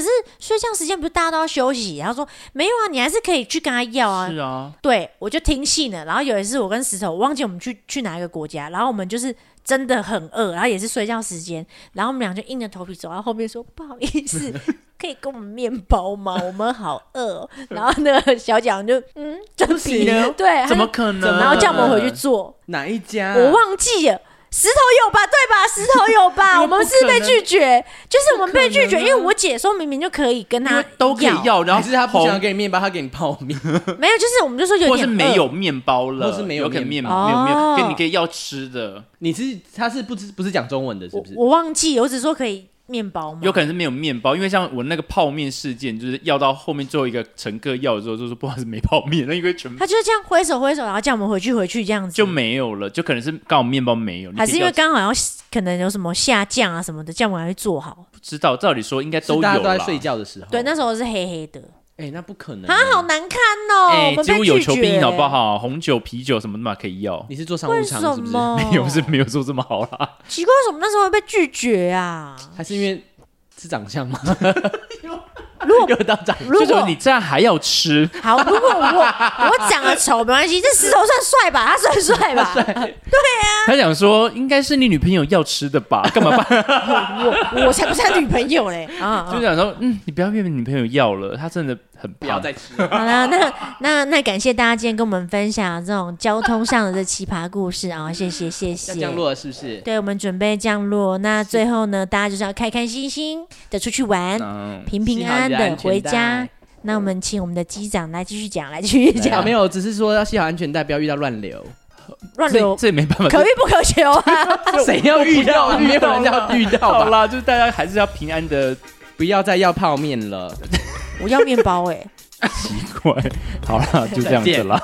[SPEAKER 2] 吗？可是睡觉时间不是大家都要休息？然后说没有啊，你还是可以去跟他要啊。
[SPEAKER 5] 是啊，
[SPEAKER 2] 对，我就听信了。然后有一次，我跟石头，我忘记我们去去哪一个国家，然后我们就是真的很饿，然后也是睡觉时间，然后我们俩就硬着头皮走到后面说：“不好意 思，可以给我们面包吗？我们好饿哦、然后那个小蒋就嗯，就
[SPEAKER 3] 不
[SPEAKER 2] 比
[SPEAKER 3] 行啊
[SPEAKER 2] 对，他
[SPEAKER 5] 怎么
[SPEAKER 2] 就
[SPEAKER 5] 可能？
[SPEAKER 2] 然后叫我们回去做，
[SPEAKER 3] 哪一家啊？
[SPEAKER 2] 我忘记了。石头有吧？对吧？石头有 吧？我们是不是被拒绝，就是我们被拒绝，因为我姐说明明就可以跟
[SPEAKER 5] 啊因
[SPEAKER 2] 他
[SPEAKER 5] 为都可以要，然
[SPEAKER 3] 还
[SPEAKER 5] 后
[SPEAKER 3] 是他不
[SPEAKER 5] 红
[SPEAKER 3] 想给你面包，他给你泡面。
[SPEAKER 2] 没有，就是我们就说有点
[SPEAKER 5] 或是没
[SPEAKER 2] 饿
[SPEAKER 5] 有面包了，
[SPEAKER 3] 或是没有
[SPEAKER 5] 有可能面
[SPEAKER 3] 面
[SPEAKER 2] 包
[SPEAKER 5] 没有
[SPEAKER 2] 哦
[SPEAKER 5] 面，跟你可以要吃的，
[SPEAKER 3] 你是他是不知不是讲中文的，是
[SPEAKER 2] 我
[SPEAKER 3] 不是？
[SPEAKER 2] 我忘记，我只说可以面包嘛，
[SPEAKER 5] 有可能是没有面包，因为像我那个泡面事件，就是要到后面最后一个乘客要的时候，就说不好意思没泡面，那因为全部
[SPEAKER 2] 他就是这样挥手挥手，然后叫我们回去回去这样子，
[SPEAKER 5] 就没有了，就可能是刚好面包没有，你可
[SPEAKER 2] 还
[SPEAKER 5] 以
[SPEAKER 2] 是因为
[SPEAKER 5] 要
[SPEAKER 2] 刚好要可能有什么下降啊什么的，叫我们来去做好。
[SPEAKER 5] 不知道，照理说应该
[SPEAKER 3] 是
[SPEAKER 5] 都有
[SPEAKER 3] 大家都在
[SPEAKER 5] 啦
[SPEAKER 3] 睡觉的时候。
[SPEAKER 2] 对，那时候是黑黑的，
[SPEAKER 3] 哎、那不可能
[SPEAKER 2] 啊，好难看哦，我
[SPEAKER 5] 嗯哎，
[SPEAKER 2] 们
[SPEAKER 5] 几
[SPEAKER 2] 被
[SPEAKER 5] 乎有
[SPEAKER 2] 拒
[SPEAKER 5] 求必应
[SPEAKER 2] 绝，
[SPEAKER 5] 好不？好？红酒、啤酒什么的嘛可以要，
[SPEAKER 3] 你是做商
[SPEAKER 2] 为
[SPEAKER 3] 务舱
[SPEAKER 2] 什
[SPEAKER 3] 是不是？
[SPEAKER 2] 么？
[SPEAKER 5] 没有是没有做这么好啦，
[SPEAKER 2] 奇怪，为什么那时候会被拒绝啊？
[SPEAKER 3] 还是因为是长相吗？
[SPEAKER 2] 如果
[SPEAKER 3] 又到长相，
[SPEAKER 2] 如
[SPEAKER 5] 就说
[SPEAKER 2] 果
[SPEAKER 5] 你这样还要吃，
[SPEAKER 2] 好，如果我我长得丑没关系，这石头算帅吧，他算帅 吧。
[SPEAKER 5] 他想说应该是你女朋友要吃的吧，干嘛办？
[SPEAKER 2] 我我才不是他女朋友 嘞啊！啊
[SPEAKER 5] 就想说，嗯，你不要越女朋友要了，她真的很
[SPEAKER 3] 不要
[SPEAKER 5] 胖。
[SPEAKER 3] 再吃。
[SPEAKER 2] 好了，那那那感谢大家今天跟我们分享这种交通上的这奇葩故事啊、谢谢谢
[SPEAKER 3] 要
[SPEAKER 2] 谢。
[SPEAKER 3] 降落了是不是？
[SPEAKER 2] 对，我们准备降落。那最后呢，大家就是要开开心心的出去玩，
[SPEAKER 5] 嗯，
[SPEAKER 2] 平平安安
[SPEAKER 3] 系好你的
[SPEAKER 2] 的
[SPEAKER 3] 安全
[SPEAKER 2] 回家
[SPEAKER 3] 带。
[SPEAKER 2] 那我们请我们的机长来继续讲，来继续
[SPEAKER 3] 啊，
[SPEAKER 2] 讲
[SPEAKER 3] 没，有，只是说要系好安全带，不要遇到乱 流。
[SPEAKER 2] 乱
[SPEAKER 5] 这
[SPEAKER 2] 流
[SPEAKER 5] 这也没办法，
[SPEAKER 2] 可遇不可求啊！
[SPEAKER 3] 谁要遇到啊？没有人要遇 到
[SPEAKER 5] 好
[SPEAKER 3] 吧？
[SPEAKER 5] 啦，就是大家还是要平安的
[SPEAKER 3] 不要再要泡面了。
[SPEAKER 2] 我要面包哎、
[SPEAKER 5] 奇怪。好啦，就这样子啦。